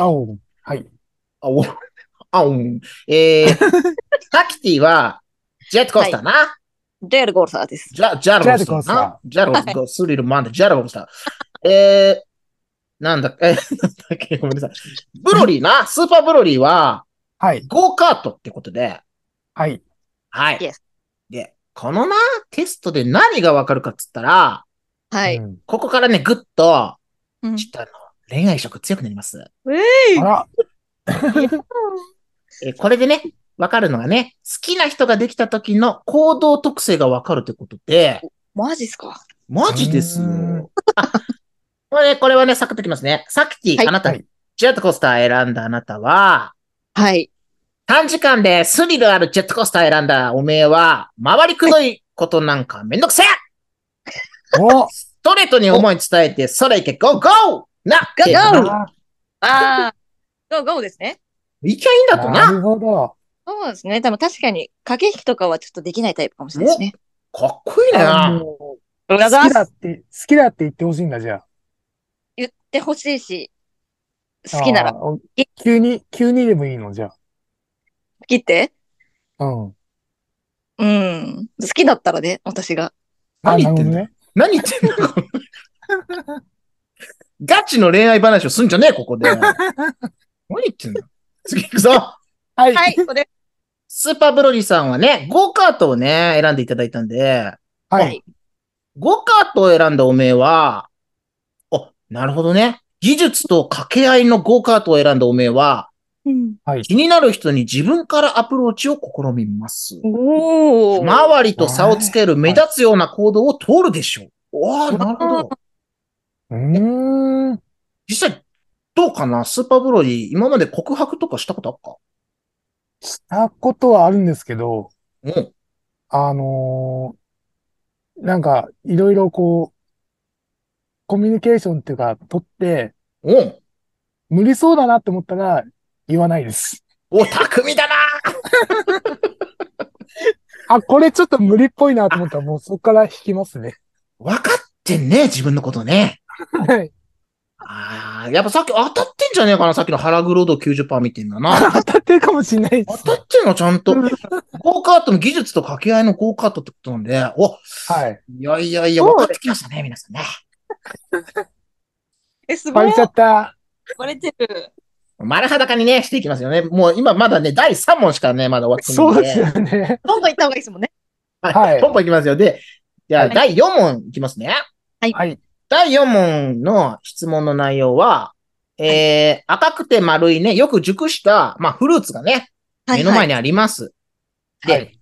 S3: あおうはい。
S1: あ、お、あ、おん。え ー、タキティは、ジェットコースターな。
S4: ジェールゴールサーです。
S1: ジャ、ジャロゴスな。ジャロゴス、スリルマンで、ジャロゴスター。えー、なんだっけ、 えーなんだっけ、ごめんなさい。ブロリーな、スーパーブロリーは、
S3: はい。
S1: ゴーカートってことで、
S3: はい。
S1: はい
S4: Yes。
S1: で、このな、テストで何がわかるかっつったら、
S4: は
S3: う
S4: い。
S3: ん
S1: ここからね、ぐっと、
S4: うん
S1: ちょっとあの、恋愛色強くなります。
S3: あら、
S1: えーこれでね、わかるのがね、好きな人ができた時の行動特性がわかるってことで、
S4: マジっすか
S5: マジですよ。
S1: これ、これはね、サクッときますね。さっき、
S4: はい
S1: あなた
S5: はい、
S1: ジェットコースター選んだあなたは、
S4: はい。
S1: 短時間でスリルあるジェットコースター選んだおめえは、回りくどいことなんかめんどくせえ
S3: お
S1: ストレートに思い伝えて、それいけ、ゴーゴーな、
S4: ゴーゴー
S3: あ
S4: ああ、ゴーゴーですね。
S1: いきゃいいんだと
S3: な
S1: な。
S3: るほど。
S4: そうですね。でも確かに、駆け引きとかはちょっとできないタイプかもしれないですね。
S1: かっこいいね。な
S3: あの好
S4: ありがとうござい
S3: きだ
S4: ま
S3: っ
S4: す。
S3: て、好きだって言ってほしいんだ、じゃあ。
S4: 言ってほしいし、好きなら
S3: あ、ー。急に、急にでもいいの、じゃ
S4: 好きって
S3: あ。うん。
S4: うん。好きだったらね、私が。
S3: あ、
S5: 何
S3: な
S5: 言っ
S3: るほ
S5: て
S3: ど
S5: んだ
S3: ね。
S1: 何言ってんの ガチの恋愛話をすんじゃねえ、ここで。何言ってんの次行くぞ。
S3: はい。
S4: はい、これ。
S1: スーパーブロリーさんはね、ゴーカートをね、選んでいただいたんで、
S3: はい。
S1: ゴーカートを選んだおめえは、あ、なるほどね。技術と掛け合いのゴーカートを選んだおめえは、
S4: うん。
S1: 気になる人に自分からアプローチを試みます。
S4: おー。
S1: 周りと差をつける目立つような行動を通るでしょう。おー、なるほど。
S3: うーん。
S1: 実際、どうかなスーパーブロリー、今まで告白とかしたことあ
S3: したことはあるんですけど、
S1: っかうん。
S3: あのーなんか、いろいろこう、コミュニケーションっていうか、取って、
S1: うん。
S3: 無理そうだなって思ったら、言わないです。
S1: お、匠だな
S3: あ、これちょっと無理っぽいなと思ったら、もうそこから引きますね。
S1: 分かってんね、自分のことね。
S3: はい。
S1: ああ、やっぱさっき当たってんじゃねえかなさっきの腹黒度90%見てんだな。
S3: 当たってるかもしれないで
S1: 当
S3: す。
S1: たってんの、ちゃんと。ゴーカートの技術と掛け合いのゴーカートってことなんで、お、
S3: はい。
S1: いやいやいや、
S4: そう
S1: 分かってきましたね、皆さんね。
S4: え、すご
S3: バ
S4: い
S3: レ。ちゃった。
S4: バレてる。
S1: 丸裸にね、していきますよね。もう今まだね、第3問しかね、まだ終わって
S3: そう
S1: ないん
S3: ですよね。
S4: どんどん行った方がいいですもんね。
S1: は。
S3: はいい
S1: ポンポンいきますよ。で、じゃあ、
S4: はい
S1: 第4問いきますね。
S3: はい。
S1: 第4問の質問の内容は、えー、赤くて丸いね、よく熟した、まあ、フルーツがね、目の前にあります。で、
S4: はい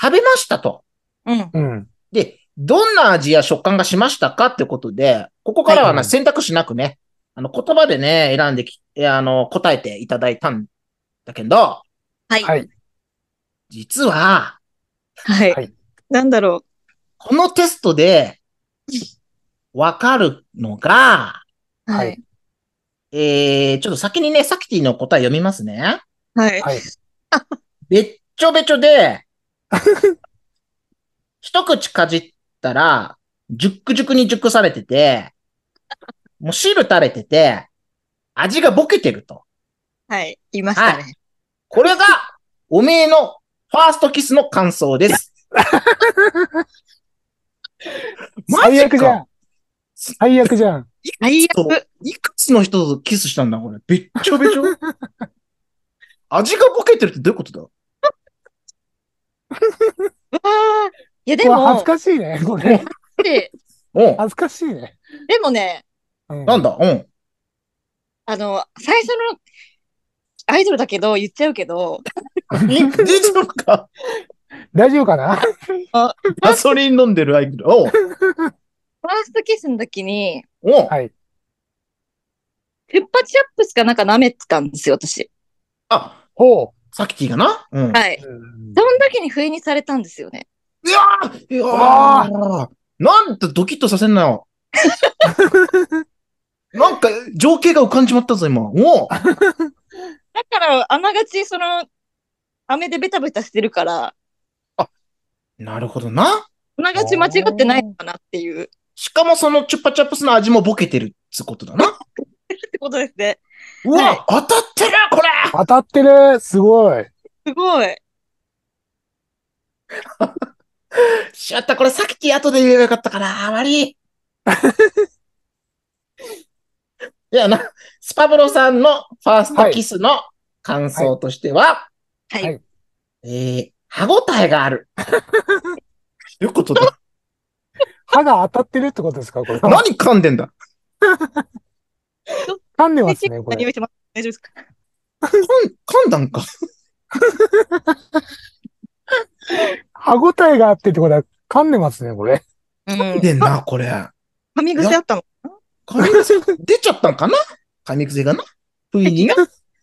S1: 食べましたと。
S4: はい。うん。
S3: うん。
S1: で、どんな味や食感がしましたかってことで、ここからは
S3: は
S1: ない選択肢なくね、あの、言葉でね、選んでき、えあの、答えていただいたんだけど、
S4: はい。
S3: はい。
S1: 実は、
S4: はい。
S3: はい
S4: なんだろ
S1: このテストで、わかるのが、
S4: う。
S3: は
S4: はいい。
S1: えー、ちょっと先にね、サキティの答え読みますね。
S4: はい。
S3: はい。
S1: べっちょべちょで、 一口かじったら、熟熟に熟されてて、もう汁垂れてて、味がボケてると。
S4: はい。いまし
S1: は
S4: たね。
S1: これが、おめえのファーストキスの感想です。マジ
S3: 最悪じゃ
S1: か
S3: ん。最悪じゃん。
S4: 最
S1: そう
S4: 悪。
S1: いくつの人とキスしたんだ、これ。べっちょべち ょ。味がボケてるってどういうことだ
S4: うわーいや、で
S3: うわ恥
S4: も
S3: ず、かしいね、これ。
S4: で
S1: うん。
S3: 恥ずかしいね。
S4: でもね、
S3: うん
S1: なんだうん。
S4: あの、最初の、アイドルだけど、言っちゃうけど、
S1: 大丈夫か
S3: 大丈夫かな
S1: ガソリン飲んでるアイドル。おう
S4: ファーストキスの時に、
S1: おう
S3: はい。
S4: チュッパチアップスかなんか舐めてたんですよ、私。
S1: あ、
S3: ほ。。
S1: サキティがなうん。
S4: はいう
S3: うん
S4: その時に不意にされたんですよね。
S1: いやーいやーなんてドキッとさせんな よ。なんか、情景が浮かんじまったぞ、今。おう
S4: だから、あながち、その、飴でベタベタしてるから、
S1: なるほどな。
S4: あながち間違ってないのかなっていう、っ
S1: しかもそのチュッパチャップスの味もボケてるってことだな。
S4: てことですね。
S1: うわ、
S4: はい
S1: 当たってるこれ
S3: 当たってる。すごい。
S4: すごい。
S1: しまった、これさっき後で言えばよかったから、あま り。いや、な、スパブロさんのファーストキスの感想としては、
S4: はい。
S3: はい
S1: えー、歯応えがある。どういうこ とだ
S3: 歯が当たってるってことですかこれ。
S1: 何噛んでんだ
S3: 噛んでますね、こ
S4: 何を
S3: れ。
S4: してます大丈夫ですか
S1: 噛ん噛んだんか。
S3: 歯応えがあってってことは、噛んでますね、これ。
S4: うん
S5: でんな、これ。
S4: 噛み癖あったの。
S5: 神癖出ちゃったんかな神癖がな。不意にな。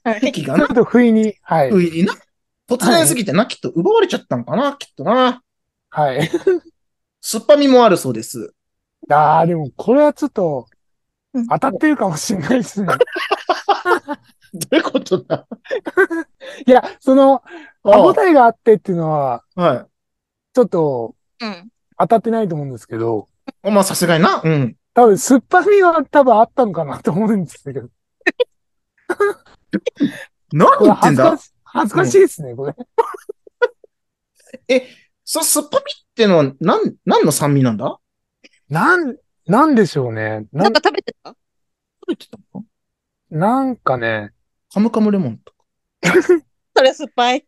S4: はい。
S5: 敵が
S3: ちょ
S5: な
S3: っ。と不意に、はい。
S5: 不意にな。突然すぎてな、きっと奪われちゃったんかな、きっとな。
S3: はい。
S5: 酸っぱみもあるそうです。
S3: ああ、でもこれはちょっと
S4: うん、
S3: 当たってるかもしれないですね。
S5: どういうことだ
S3: いや、その、歯
S5: あ
S3: 応えがあってっていうのは、
S5: は
S3: ちょっと
S4: うん。
S3: 当たってないと思うんですけど、
S5: い。まあ、さすがにな。うん。
S3: 多分、酸っぱみは多分あったのかなと思うんです けど。
S5: 何
S3: これ
S5: 言ってん
S3: 恥ず
S5: だ
S3: かし恥ずかしいですね、これ。
S5: その酸っぱみってのは、なん、何の酸味なんだ食
S3: なん、なんでしょうね。な
S4: なんん、か食べてた
S5: べてたのか
S3: なんかね、
S5: カムカムレモンとか。
S4: それ酸っぱい。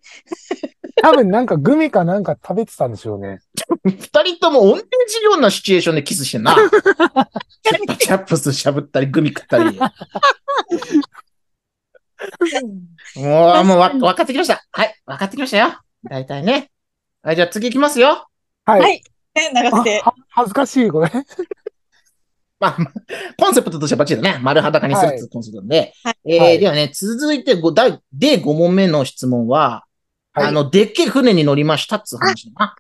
S3: 多分なんかグミかなんか食べてたんでしょうね。
S5: 二人とも同じようなシチュエーションでキスして んな。チャップチャップスしゃぶったり、グミ食った り。もう、もうわ、分かってきました。はい、分かってきましたよ。大体ね。はい、じゃあ次行きますよ。
S3: はい。
S4: はいね、長
S3: あ
S4: くて。
S3: は恥ずかしい、これ。
S5: まあ、まあコンセプトとしてはバッチリだね。丸裸にするっていうコンセプトなんで。
S4: は
S5: えー
S3: はい
S5: ではね、続いてご第、で5問目の質問は、
S3: はい
S5: あの、でっけえ船に乗りましたっつう話だな。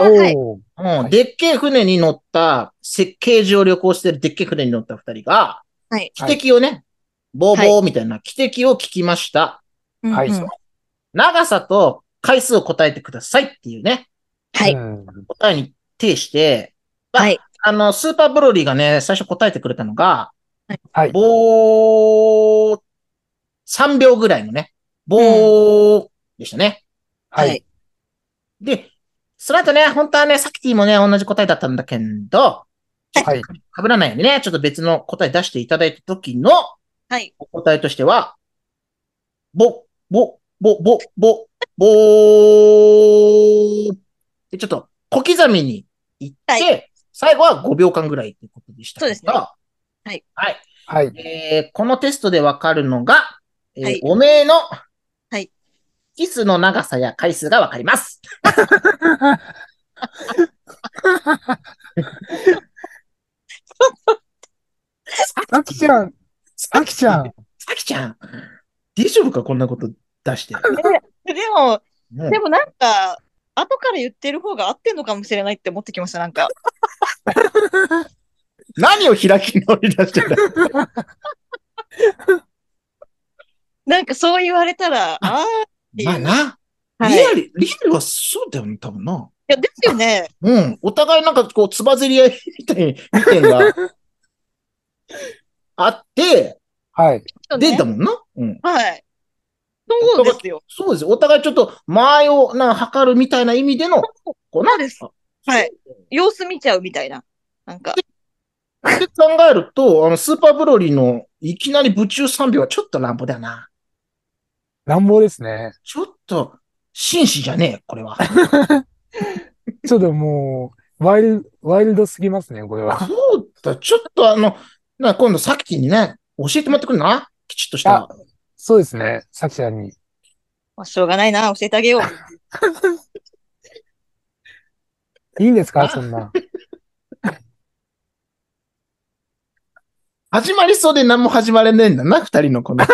S4: あーはい。
S3: おー
S5: も
S3: は
S5: う
S3: い
S5: でっけえ船に乗った、設計上旅行してるでっけえ船に乗った二人が、
S4: はい
S5: 汽笛をね、ボーボーみたいな汽笛を聞きました。
S4: うん
S3: はい
S4: うん
S5: 長さと回数を答えてくださいっていうね、
S4: はい
S3: うん
S5: 答えに呈して、まあ
S4: はい
S5: あの、スーパーブロリーがね、最初答えてくれたのが、
S3: はい。
S5: ボー、3秒ぐらいのね、ボーでしたね。
S3: は
S4: はい
S3: い。
S5: で、その後ね、本当はね、サキティもね、同じ答えだったんだけど、
S3: はい。
S5: 被らないようにね、ちょっと別の答え出していただいた時の
S4: はい。
S5: お答えとしては、ぼ、ぼ、ぼ、ぼ、ぼ、ぼーで、ちょっと小刻みに言って、
S4: は
S5: 最後は5秒間ぐらいってことでしたけど。
S4: そうですねはい。
S5: はい。
S3: はい。
S5: えーこのテストでわかるのが、えー
S4: はい
S5: おめえの、
S4: はい
S5: キスの長さや回数がわかります。
S3: さきちゃん、さきちゃん。
S5: さきちゃん、大丈夫かこんなこと出して。
S4: でも、
S5: ね
S4: でもなんか、後から言ってる方が合ってんのかもしれないって思ってきました、なんか。
S5: 何を開き直り出して んだ
S4: なんかそう言われたら、ああー、
S5: まあな、
S4: はい。い
S5: リアル、リアルはそうだよね、多分な。
S4: や、ですよね。
S5: うん。お互いなんかこう、つばぜり合いみたいに、意見が あって、
S3: はい。
S5: 出
S4: ね
S5: たもんな。うん。
S4: はい。そうですよ。
S5: そうですよ。お互いちょっと、間合いをなんか測るみたいな意味での、こうな
S4: そうです。はい。様子見ちゃうみたいな。なんか、
S5: って考えると、あの、スーパーブロリーの、いきなり部中3秒はちょっと乱暴だよな。
S3: 乱暴ですね。
S5: ちょっと、紳士じゃねえ、これは。
S3: ちょっともう、ワイルド、ワイルドすぎますね、これは。
S5: そうだ、ちょっとあの、な今度さっきにね、教えてもらってくるな。きちっとした。
S3: そうですね、さきちゃんに。
S4: まあ、しょうがないな、教えてあげよう。
S3: いいんです
S5: あ
S3: かそんな。
S5: 始まりそうで何も始まれねえんだな、二人の この。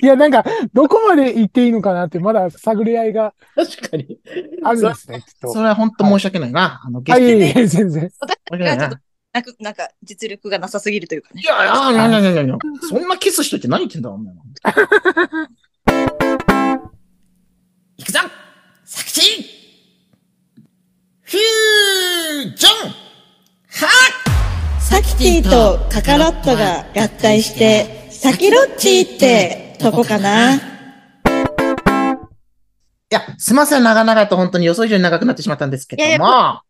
S3: いや、なんか、どこまで行っていいのかなって、まだ探り合いが
S5: 確かに。
S3: あるんですね、きっ
S5: そ
S3: と。
S5: れは本当申し訳ないな。あの、ゲ
S3: あ、
S5: ス
S3: い
S5: ト
S3: え
S5: に
S3: い
S5: ね。
S3: え、全然。
S5: 申し訳
S4: い
S5: な
S4: や
S5: い
S4: ちょっと
S5: な。
S4: なんか、なんか、実力がなさすぎるというかね
S5: い。やいや、いやいやいやいやいや、そんなキスしといて何言ってんだ、お前。
S1: いくぞ作詞フュージョンはっサキ
S6: ティとカカロットが合体してサキロッチってとこかない
S5: や、すいません、長々と本当に予想以上に長くなってしまったんですけども。
S4: いや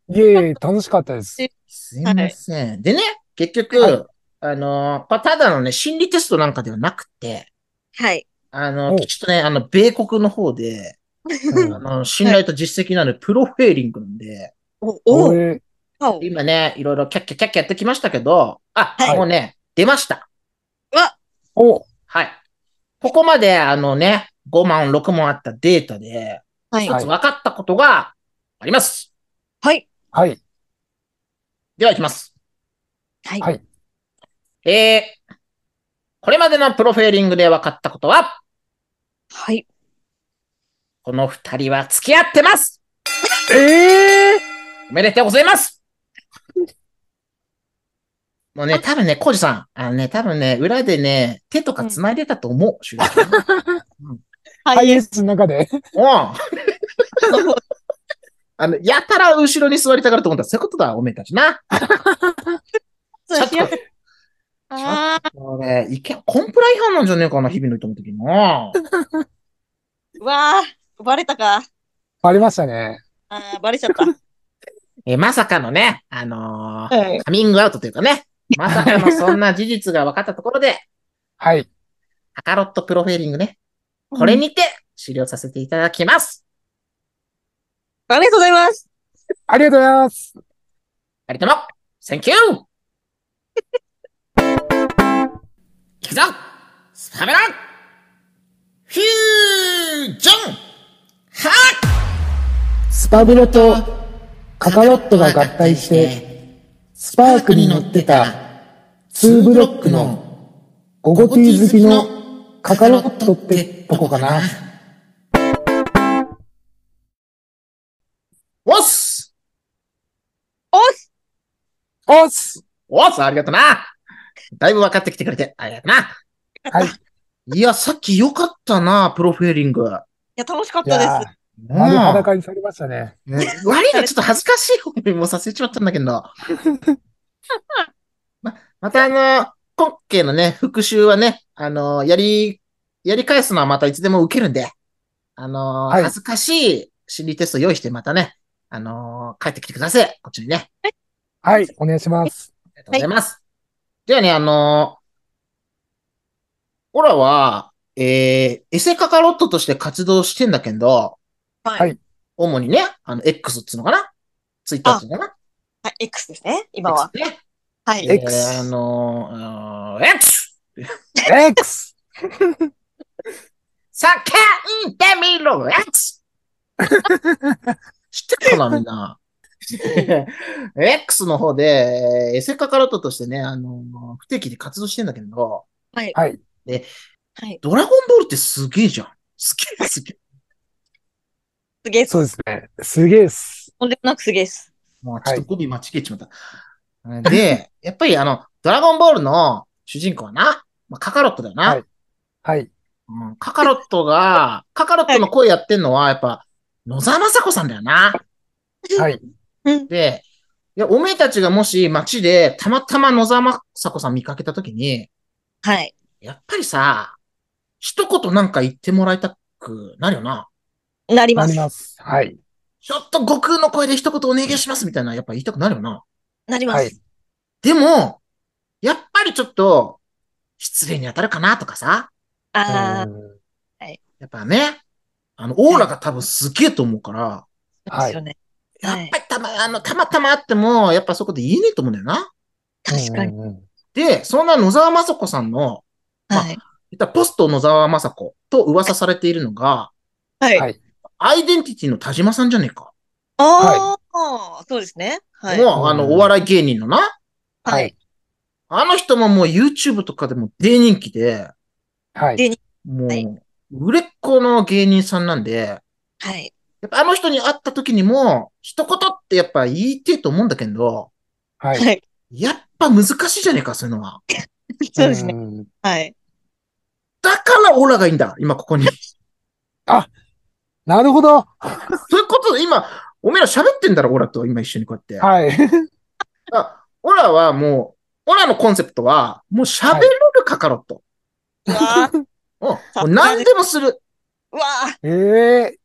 S4: い
S3: いえいえ、楽しかったです。
S5: すいません。でね、結局、あの、まあただのね、心理テストなんかではなくて、
S4: はい。
S5: あの、
S3: お
S5: きちっとね、あの、米国の方で、
S3: うん
S5: あの、信頼と実績のあるプロフェーリングなんで、
S4: お、
S3: こ
S4: お、
S3: れ
S4: お、
S5: 今ね、いろいろキャッキャキャッキャやってきましたけど、あ、
S3: はい
S5: もうね、出ました。
S3: お、
S5: はい。ここまで、あのね、5万、6万あったデータで、
S4: はい。
S5: 一つ分かったことがあります。
S4: はい。
S3: はい。
S5: では、いきます。
S4: はい
S3: はい
S1: えー、これまでのプロフェーリングで分かったことは、
S4: はい。
S1: この二人は付き合ってます
S3: ええ
S1: おめでとうございます もうね、多分ね、コウジさん、あのね、多分ね、裏でね、手とか繋いでたと思う。シュガーさん
S3: ハ
S4: は
S3: イ
S4: い。
S3: エースの中で。
S5: うん。あの、やたら後ろに座りたがると思ったら、そういうことだ、おめえたちな。
S4: そう
S5: ちょっと、
S4: ああ。
S5: これ、いけ、コンプラ違反なんじゃねえかな、日々のいとも的にな。
S4: うわあ。バレたか。
S3: ありましたね。
S4: ああ、バレちゃった。
S1: えーまさかのね、あのー
S4: はい。
S1: カミングアウトというかね、まさかのそんな事実が分かったところで、
S3: はい。
S1: カカロットプロフェーリングね、これにて終了させていただきます。
S4: ありがとうございます。
S3: ありがとうございます。
S1: 二人とも、セン キュー行くぞスパメラフュージョンは
S6: スパブロとカカロットが合体して、スパークに乗ってた、ツーブロックの、
S3: ゴゴティー好きのカカロットってとこかな。
S5: おっす
S4: おっ
S3: おっす
S5: おっすありがとなだいぶ分かってきてくれて、ありがとな。
S3: はい。
S5: いや、さっきよかったな、プロフェーリング。
S4: いや、楽しかっ
S3: い
S4: たです
S3: や。ー、
S5: うん
S3: 丸裸にされましたね。
S5: ね悪いがちょっと恥ずかしい思いもさせちまったんだけど。ま、またあの、今回のね、復習はね、あの、やり、やり返すのはまたいつでも受けるんで、あの、
S3: はい
S5: 恥ずかしい心理テスト用意してまたね、あの、帰ってきてください。こっちにね。
S3: はい、お願いします。
S5: ありがとうございます。ではね、あの、オラは、えー、エセカカロットとして活動してんだけど、
S4: はい
S3: はい
S5: 主にね、あの、X っつうのかなツイッターっつうのかな
S4: はい、X ですね、今は。
S5: X ね。
S4: はい。
S3: X
S5: えーあのー、X!
S3: X!
S1: 叫んでみ ろ !X!
S5: 知ってるかな、みん な。X の方で、えーエセカカロットとしてね、あのー不定期で活動してんだけど、
S4: はい。
S3: はい。
S4: はい。
S5: ドラゴンボールってすげえじゃん。すげえ、すげえ。
S4: すげえっす。
S3: そうですね。すげえっす。
S4: とんでもなくすげえっす。
S5: もうちょっと語尾間違えちまった。 で、やっぱりあの、ドラゴンボールの主人公はな、まあ、カカロットだよな、
S3: はいはい。
S5: うんカカロットが、カカロットの声やってんのは、やっぱ、野沢雅子さんだよな。
S3: はい。
S5: で、いや、おめえたちがもし街でたまたま野沢雅子さん見かけたときに、
S4: はい。
S5: やっぱりさ、一言なんか言ってもらいたくなるよな。
S4: なり
S3: な
S4: ま
S3: り
S4: す。
S3: ます。はい。
S5: ちょっと悟空の声で一言お願いしますみたいな、やっぱ言いたくなるよな。
S4: なりま
S3: はい
S4: す。。
S5: でも、やっぱりちょっと、失礼に当たるかなとかさ、
S4: あ
S3: うん
S5: やっぱね、あの、オーラが多分すげえと思うから、
S4: あ、そうですよね。
S5: や
S4: は
S5: っ
S4: い
S5: ぱ。りたま、あの、たまたまあっても、やっぱそこで言えねえと思うんだよな。
S4: 確かに。
S3: うんうんうん
S5: で、そんな野沢雅子さんの、まあ
S4: はい。
S5: 言ったらポスト野沢雅子と噂されているのが、
S4: はい。
S3: はい
S5: アイデンティティの田島さんじゃねえか。
S4: ああ、そうですね。はい。
S5: もう、あの、
S3: うん
S5: お笑い芸人のな。
S3: は
S4: はいい。
S5: あの人ももう YouTube とかでも大人気で、
S3: はい。
S4: で
S5: も、
S4: はいう
S5: 売れっ子の芸人さんなんで、
S4: はい。
S5: やっぱあの人に会った時にも、一言ってやっぱ言いてえと思うんだけど、
S3: はい。
S4: はい。
S5: やっぱ難しいじゃねえか、そういうのは。
S4: そうですね。
S3: ん。
S4: はい。
S5: だからオーラがいいんだ、今ここに。
S3: なるほど。
S5: そういうことで今、おめえら喋ってんだろ、オーラと今一緒にこうやって。
S3: はい。
S5: あオラはもう、オラのコンセプトは、もう喋れるカカロット。
S4: うわー
S5: うんもう何でもする。
S4: うわー
S3: ええ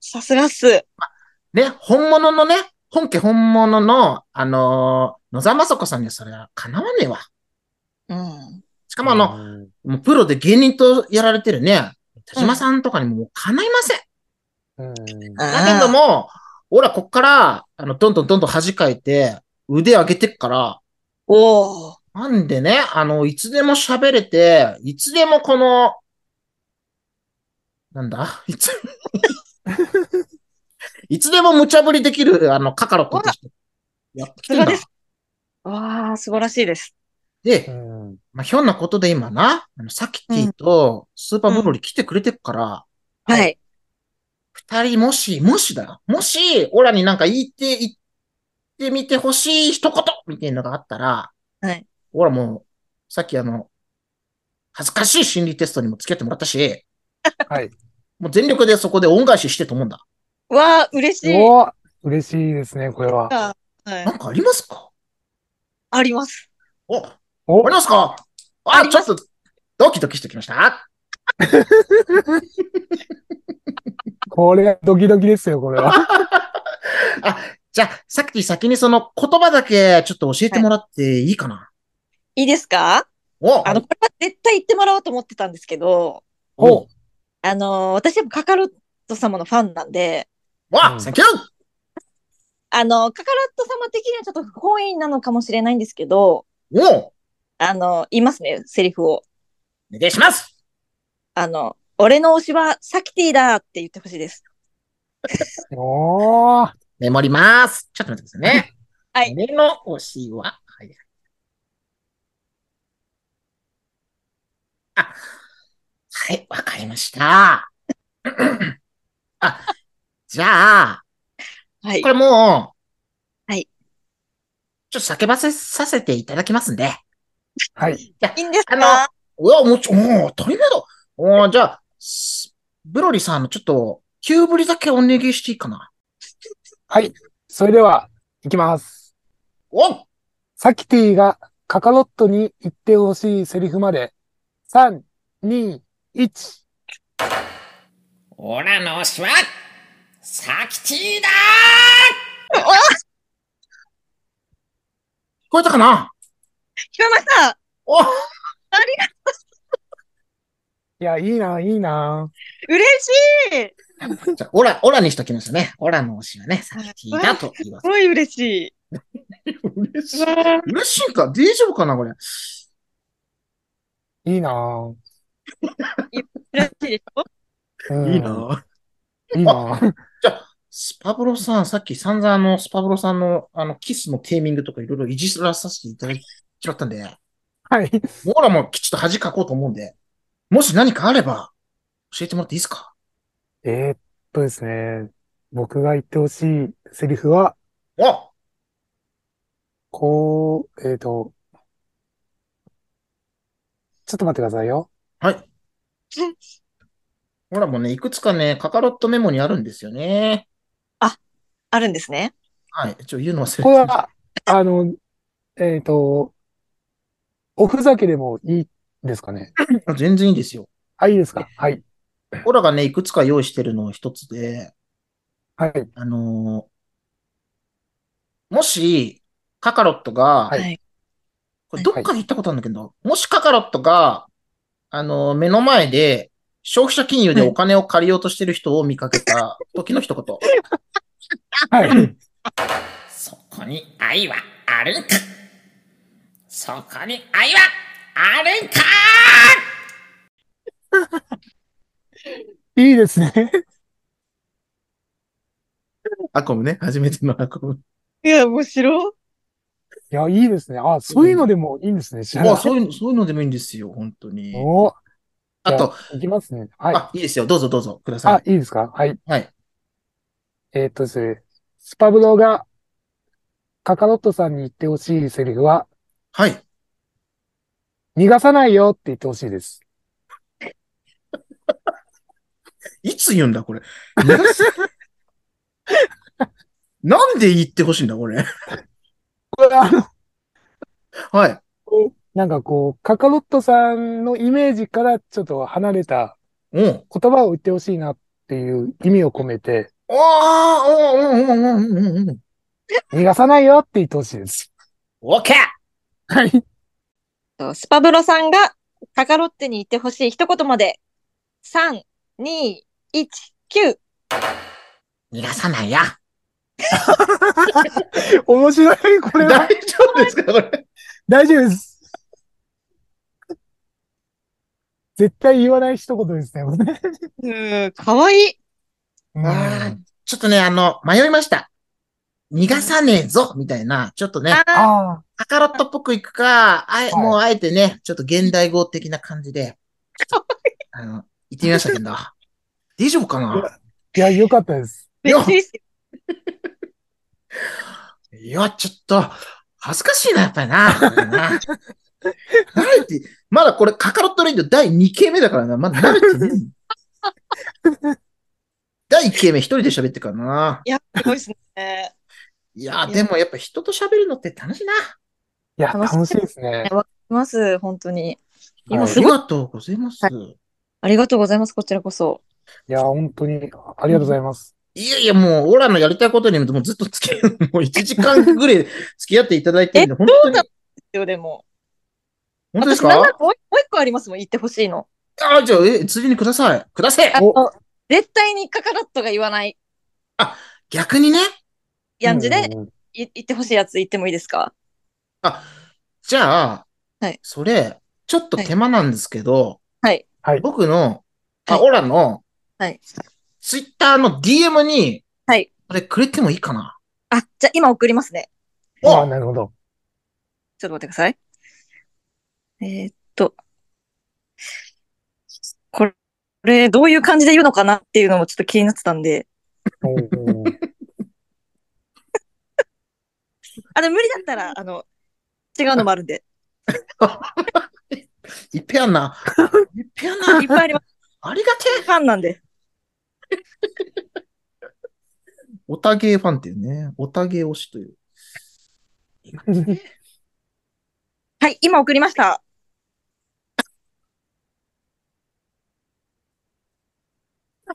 S4: さすがっす。
S5: ね、本物のね、本家本物の、あのー野沢雅子さんにはそれは叶わねえわ。
S4: うん。
S5: しかもあの、
S3: うん
S5: もうプロで芸人とやられてるね、田島さんとかにももう叶いません。
S3: うん
S5: だけど
S4: も。
S5: も、オラこっから、あの、どんどんどんどん恥かいて、腕上げてっから、
S4: おお。
S5: なんでね、あの、いつでも喋れて、いつでもこの、なんだいつ、 いつでも無茶ぶりできる、あの、カカロットとして、やってんだ
S4: さすがで。わあ、素晴らしいです。
S5: で
S3: う、ん。
S5: まあ、ひょんなことで今な、あのサキティとスーパーボロリ来てくれてっから、
S4: はい。
S5: 二人もし、もしだよ。もし、オラになんか言って、言ってみてほしい一言みたいなのがあったら、
S4: はい。
S5: オラもう、さっきあの、恥ずかしい心理テストにも付き合ってもらったし、
S3: はい。
S5: もう全力でそこで恩返ししてと思うんだ。
S4: わあ、嬉しい。
S3: おー嬉しいですね、これは。
S4: は、
S5: ないんかありますか
S4: あります。
S5: お、あ
S3: お
S5: りますか
S4: あ
S5: あ、
S4: り
S5: ちょ
S4: ま
S5: っと、ドキドキしてきました。
S3: これ、ドキドキですよ、こ れは。
S5: じゃあ、さっき先にその言葉だけちょっと教えてもらっていいかな、
S4: いいですか
S5: お
S4: あの、これは絶対言ってもらおうと思ってたんですけど、
S5: お
S3: お
S4: あのー私はカカロット様のファンなんで、
S5: わ
S3: う、ん
S5: サンキュー
S4: あのーカカロット様的にはちょっと不本意なのかもしれないんですけど、
S5: お
S4: あのー言いますね、セリフを。
S5: お願いします
S4: あの、俺の推しはサキティだって言ってほしいです。
S3: おー
S5: メモります。ちょっと待ってくださいね。
S4: はい
S5: 俺の推しは、はい。あ、はい、わかりました。あ、じゃあ、
S4: はい
S5: こ。れもう、
S4: はい。
S5: ちょっと叫ばせさせていただきますんで。
S3: はい。
S4: いいんです
S5: あの
S4: か
S5: うわ、もちろん、おー当たり前だ。おーじゃあ、すブロリさんのちょっと、急ぶりだけお願いしていいかな。
S3: それでは、いきます。
S5: おっ
S3: サキティがカカロットに言ってほしいセリフまで、3、2、1。
S1: オラの推しは、サキティだ
S5: 聞こえたかな
S4: 聞こえました
S5: お
S3: いや、いいな、いいな。
S4: 嬉しい
S5: じゃあ、オラ、オラにしときますね。オラの推しはね、サキティだと言います
S4: す。ごい嬉しい。
S5: 嬉しい。嬉しいか大丈夫かなこれ。
S3: いいな。
S4: 嬉しいでしょ
S3: うん。いいな。
S5: スパブロさん、さっき散々あの、スパブロさんの、あの、キスのテーミングとかいろいろいじらさせていただいてしまったんで、
S3: はい。
S5: もうオラもきちっと恥かこうと思うんで、もし何かあれば、教えてもらっていいですか
S3: えーっとですね。僕が言ってほしいセリフは、
S5: お
S3: こう、えーと、ちょっと待ってくださいよ。
S5: はい。オラもね、いくつかね、カカロットメモにあるんですよね。
S4: あるんですね。
S5: はい。ちょ、言うの忘れて
S3: これ
S5: ました。
S3: は、あの、えーと、おふざけでもいいですかね。
S5: あ全然いいですよ。
S3: あ、いいですか。はい。
S5: オラがね、いくつか用意してるの一つで、
S3: はい。
S5: あのーもし、カカロットが、
S3: はい
S5: これどっかで言ったことあるんだけど、もしカカロットが、あのー目の前で、消費者金融でお金を借りようとしてる人を見かけた時の一言。
S3: はい。
S1: そこに愛はあるんかそこに愛はあるんか
S3: いいですね。
S5: アコムね、初めてのアコム。
S4: いや、面白い。
S3: いや、いいですね。あ、そういうのでもいいんですね。知らな
S5: あ
S3: かった
S5: そういうの、そういうのでもいいんですよ、本当に。
S3: お
S5: あと、
S3: いきますね。はい。
S5: あ、いいですよ、どうぞどうぞ、くださ
S3: あ
S5: い、。
S3: いいですかはい。
S5: はい。
S3: えーっとですね、スパブロがカカロットさんに言ってほしいセリフは、
S5: はい。
S3: 逃がさないよって言ってほしいです。
S5: いつ言うんだ、これ。 逃がすなんで言ってほしいんだ、これ。
S3: これ、あの、
S5: はい。
S3: なんかこう、カカロットさんのイメージからちょっと離れた
S5: うん。
S3: 言葉を言ってほしいなっていう意味を込めて、
S5: ああ、うんうんうんうんうんうんうん。
S3: 逃がさないよって言ってほしいです。
S1: オッケー
S3: はい。
S4: スパブロさんがカカロッテに言ってほしい一言まで。3、2、1、9。
S1: 逃がさないや
S3: 面白い、これ
S5: 大丈
S3: は。
S5: 夫ですかこれ。
S3: 大丈夫です。絶対言わない一言ですね。これね
S4: うーん、かわいい。
S3: うん
S5: あーちょっとね、あの、迷いました。逃がさねえぞみたいな、ちょっとね、
S4: あ
S3: あ
S5: カカロットっぽくいくか、あえ、
S3: い
S5: もうあえてね、ちょっと現代語的な感じ で、あの、言ってみましたけど、大丈夫かな
S3: ーいや、よかったです。
S4: びっくりして
S5: いや、ちょっと、恥ずかしいな、やっぱりな。これな 慣れて、まだこれ、カカロットレイディオ第2回目だからな、まだ慣れてね え第1回目一人で喋ってからな。
S4: いや、すごいですね。
S5: いや、でもやっぱ人と喋るのって楽しいな。
S3: いや、
S4: 楽しい
S3: 楽しいですね。
S4: います、本当に。
S3: は
S4: 今
S3: い
S5: あ
S4: す
S5: り
S4: ごい。
S5: がとうございます。
S4: ありがとうございます、こちらこそ。
S3: いや、本当にありがとうございます。
S5: いやいや、もう、オラのやりたいことにももうずっと付き合う、もう1時間ぐらい付き合っていただいてるんで、本当に、
S4: でもでも。
S5: 本当です
S4: 私、なんな
S5: から
S4: もうもう一個ありますもん、言ってほしいの。
S5: あ、じゃあ、え、ついでにください。ください
S4: あ
S3: お
S4: の絶対にカカロットが言わない。
S5: 逆にね、
S4: やんじで、
S3: うん
S4: い言ってほしいやつ言ってもいいですか
S5: じゃあ、
S4: はい
S5: それ、ちょっと手間なんですけど、
S4: はい
S3: はい
S5: 僕の、あ、
S4: はい
S5: オラの、
S4: はい。
S5: ツイッターの DM に、
S4: はい。
S5: これくれてもいいかな
S4: あ、じゃあ今送りますね。
S5: お
S3: ああ、なるほど。
S4: ちょっと待ってください。えーっと。これ、これどういう感じで言うのかなっていうのもちょっと気になってたんで。
S3: お ー
S4: あ、でも無理だったら、あの、違うのもあるんで。
S5: いっぺんやんな。いっぺんやんな。
S4: いっぱいあります。
S5: ありがてえ。
S4: ファンなんで。
S5: オタゲーファンっていうね、オタゲー推しという。
S4: はい、今送りました。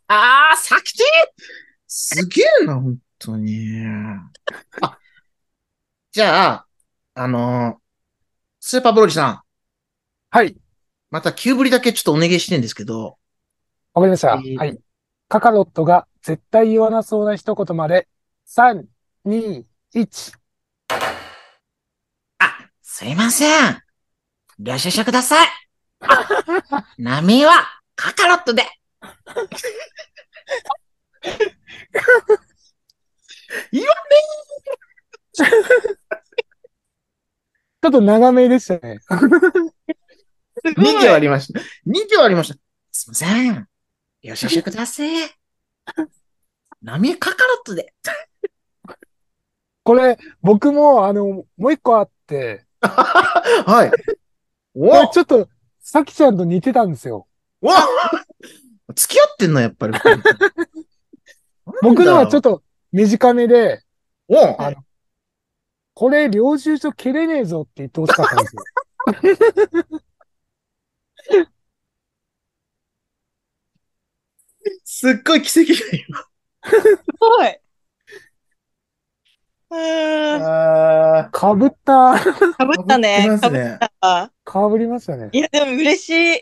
S1: あー、さきち
S5: すげえな、本当に。あ、じゃあ、あのースーパーブロリさん、
S3: はい、
S5: また急ぶりだけちょっとお願いしてんですけど、
S3: わかりまし
S5: え
S3: た。
S5: ー
S3: はい。カカロットが絶対言わなそうな一言まで、3、2、1。
S1: あ、すいません。領収書くだ さい。あ、ナミはカカロットで。
S3: ちょっと長めでしたね。
S5: 2行ありました。2行ありました。
S1: すいません。領収書ください。ナミカカロットで。
S3: これ、僕も、あの、もう一個あって、
S5: はい。
S3: これ
S5: お
S3: ちょっと、さきちゃんと似てたんですよ。
S5: お付き合ってんの、やっぱり。
S3: 僕のはちょっ
S5: と。
S3: と短めで、
S5: お
S3: あのこれ、領収書蹴れねえぞって言ってほしかったんですよ。
S5: すっごい奇跡が今
S4: すごい。うーん。
S5: あ
S3: かぶった。
S4: かぶったね。
S5: 被ってます
S4: かぶ
S5: ね
S4: った。
S3: かぶりましたね。
S4: いや、でも嬉しい。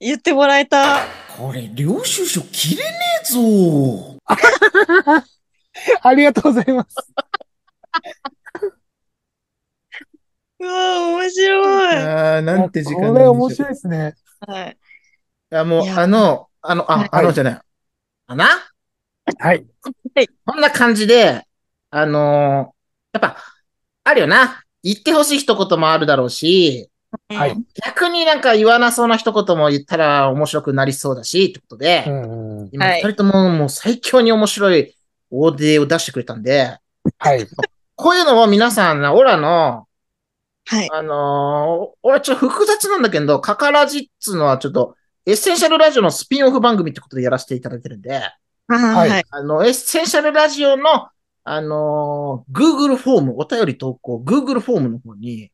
S4: 言ってもらえた。
S5: これ、領収書切れねえぞ。
S3: ありがとうございます。
S4: うわー、面白い。
S5: ああ、なんて時間なん
S3: こ
S5: でし
S3: れ
S5: ょう
S3: 面白いですね。
S4: はい。
S5: いや、もう、
S4: いや
S5: あの、あの、
S4: は
S5: あ
S4: い、
S5: あのじゃない。あな
S3: はい。
S5: こんな感じで、あのーやっぱ、あるよな。言ってほしい一言もあるだろうし、
S3: はい
S4: うん
S5: 逆になんか言わなそうな一言も言ったら面白くなりそうだし、ってことで、
S3: うんうん。
S5: 今、
S4: は
S5: 二
S4: い
S5: 人とももう最強に面白いオーデーを出してくれたんで、
S3: はい。
S5: こういうのを皆さん、オラの、
S4: はい。
S5: あのー、俺ちょっと複雑なんだけど、カカラジっつうのはちょっと、エッセンシャルラジオのスピンオフ番組ってことでやらせていただいてるんで、
S4: はい。はい。
S5: あの、エッセンシャルラジオの、あのー Google フォーム、お便り投稿、Google フォームの方に、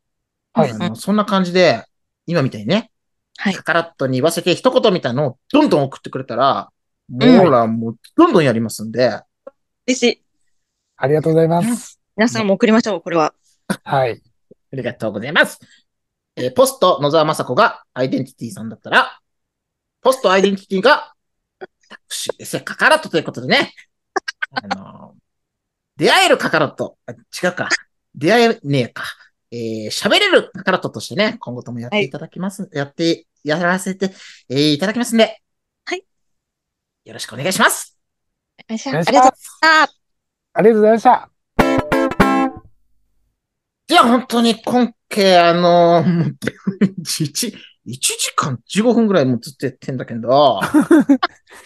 S3: はい
S5: あのそんな感じで、今みたいにね、
S4: はい
S5: カカラットに言わせて一言みたいのをどんどん送ってくれたら、も
S4: うん
S5: うほら、もうどんどんやりますんで、
S4: 嬉しい。
S3: ありがとうございます。
S4: 皆さんも送りましょう、これは。
S3: はい。
S5: ありがとうございます。えーポスト野沢雅子がアイデンティティさんだったら、ポストアイデンティティが、私、エセカカロットということでね。あのー出会えるカカロット。あ違うか。出会えねえか。えー喋れるカカロットとしてね、今後ともやっていただきます。やって、やらせて、えーいただきますんで。
S4: はい。
S5: よろしくお願いします。
S4: ありがと
S3: お
S4: う
S3: 願い
S4: ご
S3: し
S4: ざい
S3: ま。
S4: ます
S3: ありがとうございました。
S5: いや、本当に今回、あのー、もう 1, 1時間15分ぐらいもうずっとやってんだけ ど、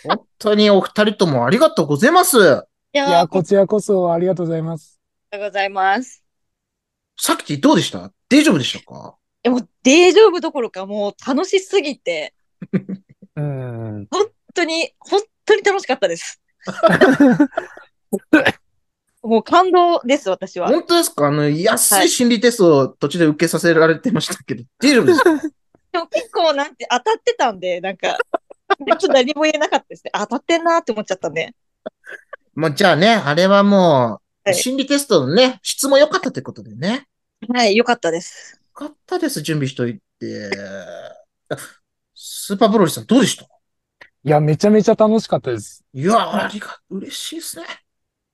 S5: 本当にお二人ともありがとうございます。
S4: いや
S3: い
S4: ー、あ
S3: や、
S4: り
S3: こちらこそありがとうございます。
S4: がとうございます。
S5: さっきどうでした大丈夫でしたか
S4: え、もう大丈夫どころか、もう楽しすぎて、
S3: うん。
S4: 本当に、本当に楽しかったです。もう感動です、私は。
S5: 本当ですかあの、安い心理テストを途中で受けさせられてましたけど、大丈夫ですか
S4: でも結構なんて当たってたんで、なんか、ちょっと何も言えなかったですね。あ当たってんなーって思っちゃったんで。
S5: もうじゃあね、あれはも
S4: は
S5: う、
S4: い
S5: 心理テストのね、質も良かったということでね。よ
S4: はい、よかったです。
S5: かったです、準備しといて。あスーパーブロリさんどうでした
S3: いや、めちゃめちゃ楽しかったです。
S5: いや、ありが、嬉しいですね。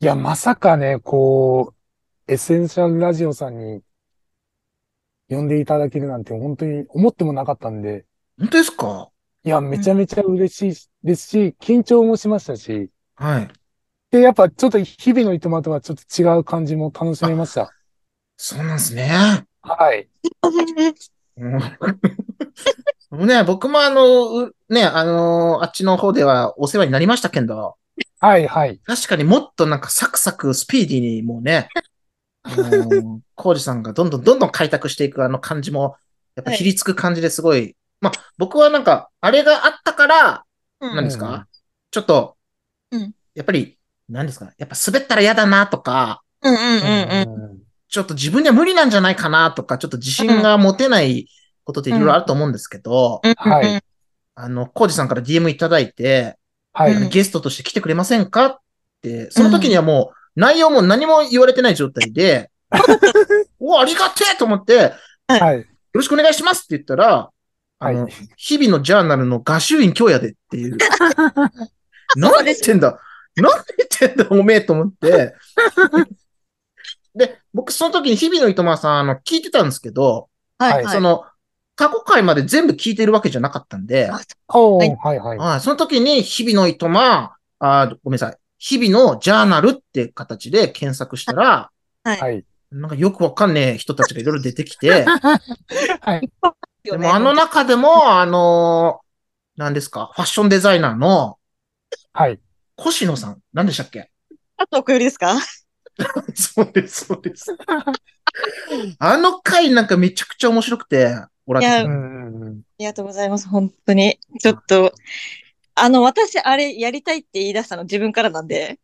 S3: いや、まさかね、こう、エッセンシャルラジオさんに呼んでいただけるなんて本当に思ってもなかったんで、
S5: 本当ですか
S3: いや、めちゃめちゃ嬉しいですし、緊張もしましたし、
S5: はい。
S3: で、やっぱちょっと日々のいとまとはちょっと違う感じも楽しめました。
S5: そうなんですね。
S3: はい。
S5: うん もうね、僕もあの、うね、あのあっちの方ではお世話になりましたけど、
S3: はい、はい。
S5: 確かにもっとなんかサクサクスピーディーにもう ね、あのコウジさんがどんどんどんどん開拓していくあの感じも、やっぱひりつく感じですごい、まあ僕はなんか、あれがあったから、
S4: うん
S5: 何ですか、
S3: うん
S5: ちょっと、
S4: うん
S5: やっぱり、何ですかやっぱ滑ったら嫌だなとか、
S4: うんうんうんうん。
S5: ちょっと自分には無理なんじゃないかなとか、ちょっと自信が持てないことっていろいろあると思うんですけど、
S4: うん
S3: はい
S4: うん
S5: あの、コウジさんから DM いただいて、
S3: はい。
S4: うん
S5: ゲストとして来てくれませんかって、その時にはもう内容も何も言われてない状態 で、お、ありがてえと思って、よ
S3: はい。
S5: ろしくお願いしますって言ったら、あ
S3: はい
S5: の、日々のジャーナルの画集員今日やでって いう。何言ってんだ何言ってんだおめえと思 って。で、僕その時に日々の糸間さん、あの、聞いてたんですけど、
S4: はい、はい
S5: そ。の、過去回まで全部聞いてるわけじゃなかったんで、
S4: あ
S3: お
S4: は
S3: ー
S4: い
S3: はい、はい。
S5: はい、その時に日々の糸間、あーごめんなさい、日々のジャーナルって形で検索したら、
S3: はい。
S5: なんかよくわかんねえ人たちがいろいろ出てきて、
S3: はい。
S5: でもあの中でも、あのー、何ですか、ファッションデザイナーの
S3: はい。
S5: 越野さん、何でしたっけ
S4: あとおよりですか
S5: そうです、そうです。あの回なんかめちゃくちゃ面白くて、俺
S4: いや
S5: は
S3: うんうんうん
S4: ありがとうございます、本当に。ちょっと、あの、私、あれ、やりたいって言い出したの自分からなんで。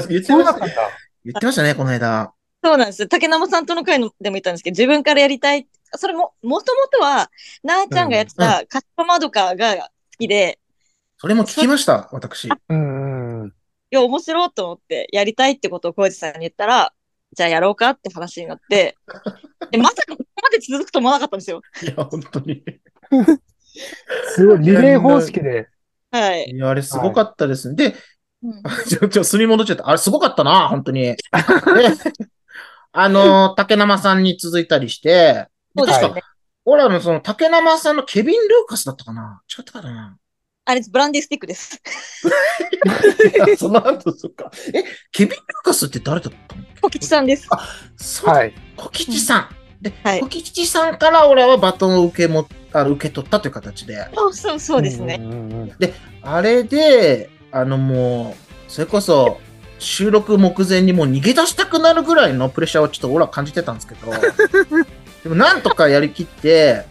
S5: 言っ
S3: そ
S5: て
S3: う
S5: まし
S3: だった
S5: た
S3: ん
S5: ね。
S3: だ。
S5: 言ってましたね、この間。
S4: そうなんです。竹生さんとの会のでも言ったんですけど、自分からやりたい。それも、もともとは、なあちゃんがやってた、カッパマドカが好きで、
S5: それも聞きました、私。
S3: うんうん。
S4: いや、面白いと思って、やりたいってことを浩二さんに言ったら、じゃあやろうかって話になって、でまさかここまで続くと思わなかったんですよ。
S5: いや、本当に。
S3: すごい、リレー方式で。
S4: はい。
S5: いや、あれすごかったですね。で、
S4: うん
S5: ちょ、 ちょ、すり戻っちゃった。あれ、すごかったな、本当に。で あの、竹生さんに続いたりして、
S4: そうですよね。
S5: 俺らのその竹生さんのケビン・ルーカスだったかな違ったかな
S4: あれ、ブランディスティックです。
S5: いや その後、そっか。え、ケビン・ルーカスって誰だったの
S4: 小吉さんです。
S5: そう、
S3: はい。
S5: 小吉さん。で、
S4: はい
S5: 小吉さんから俺はバトンを受けも、あの受け取ったという形で。
S4: そうそうそうですね。
S3: んうんうん。
S5: あれで、あのもう、それこそ、収録目前にもう逃げ出したくなるぐらいのプレッシャーをちょっと俺は感じてたんですけど、でもなんとかやりきって、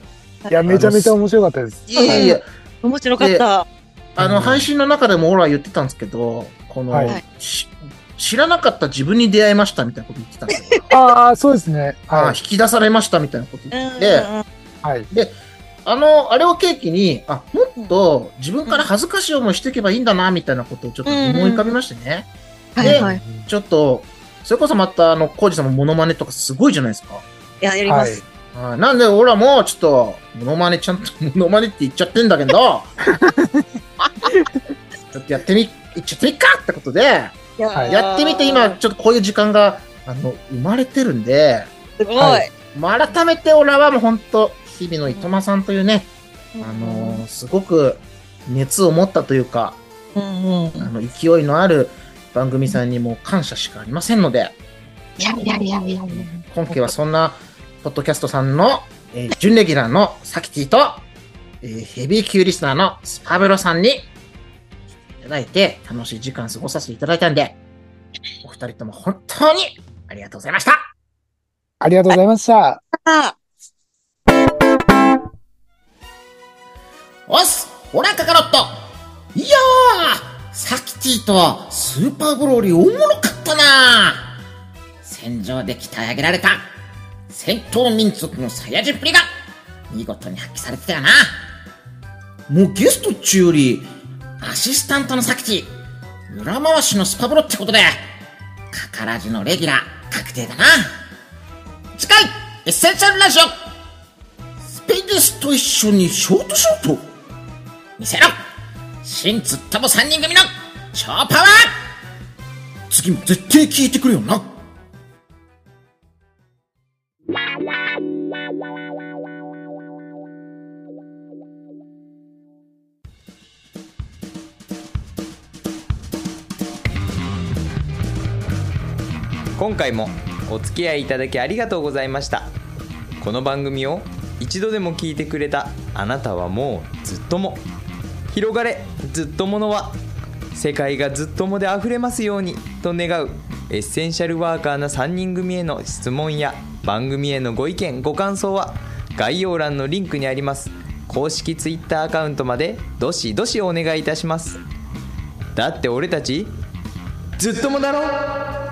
S3: いや、めちゃめちゃ面白かったです。
S5: いやいやいや、
S4: 面白かった。
S5: あ
S3: う
S5: の
S3: ん
S5: 配信の中でも俺は言ってたんですけど、この、
S3: はい
S5: し知らなかった自分に出会いましたみたいなこと言ってたんですよ。
S3: ああ、そうですね。
S5: ああ、
S3: は
S5: 引
S3: い。
S5: き出されましたみたいなこと
S4: うん
S5: 言って
S4: うん
S5: て、
S4: うん。
S3: はい。
S5: あの、あれを契機に、あ、もっと自分から恥ずかしい思いしていけばいいんだな、みたいなことをちょっと思い浮かびましてね。
S4: はいはい。
S5: ちょっと、それこそまた、あの、コージさんもモノマネとかすごいじゃないですか。
S4: いや、やりま
S3: は
S4: す。
S3: い。
S5: はいなんで、俺らも、ちょっと、モノマネちゃんと、 モノマネって言っちゃってんだけど、 ちょっとやってみ、言っちゃってみっかってことで、
S4: いや
S3: はい
S4: ー
S5: やってみて今、、ちょっとこういう時間が、あの、生まれてるんで、
S4: すごい。
S3: は
S5: もう改めて俺らはもう本当日々のいとまさんというね、あのーすごく熱を持ったというか、
S4: うんうん
S5: あの、勢いのある番組さんにも感謝しかありませんので、
S4: いやいやいやいやいや。
S1: 本家はそんな、ポッドキャストさんの、えー準レギュラーのサキティと、えーヘビー級リスナーのスパブロさんに、いただいて、楽しい時間過ごさせていただいたんで、お二人とも本当にありがとうございました。
S3: ありがとうございました。
S4: あ
S1: おっすほらカカロットいやーサキティとはスーパーグローリーおもろかったな戦場で鍛え上げられた戦闘民族のサイヤ人っぷりが見事に発揮されてたよなもうゲストっちゅうよりアシスタントのサキティ裏回しのスパブロってことでカカラジのレギュラー確定だな次回エッセンシャルラジオスペースと一緒にショートショート見せろ新ツッタボ3人組の超パワー次も絶対聞いてくれよな
S7: 今回もお付き合いいただきありがとうございましたこの番組を一度でも聞いてくれたあなたはもうずっとも広がれずっとものは世界がずっともであふれますようにと願うエッセンシャルワーカーな3人組への質問や番組へのご意見ご感想は概要欄のリンクにあります公式 Twitter アカウントまでどしどしお願いいたしますだって俺たちずっともだろ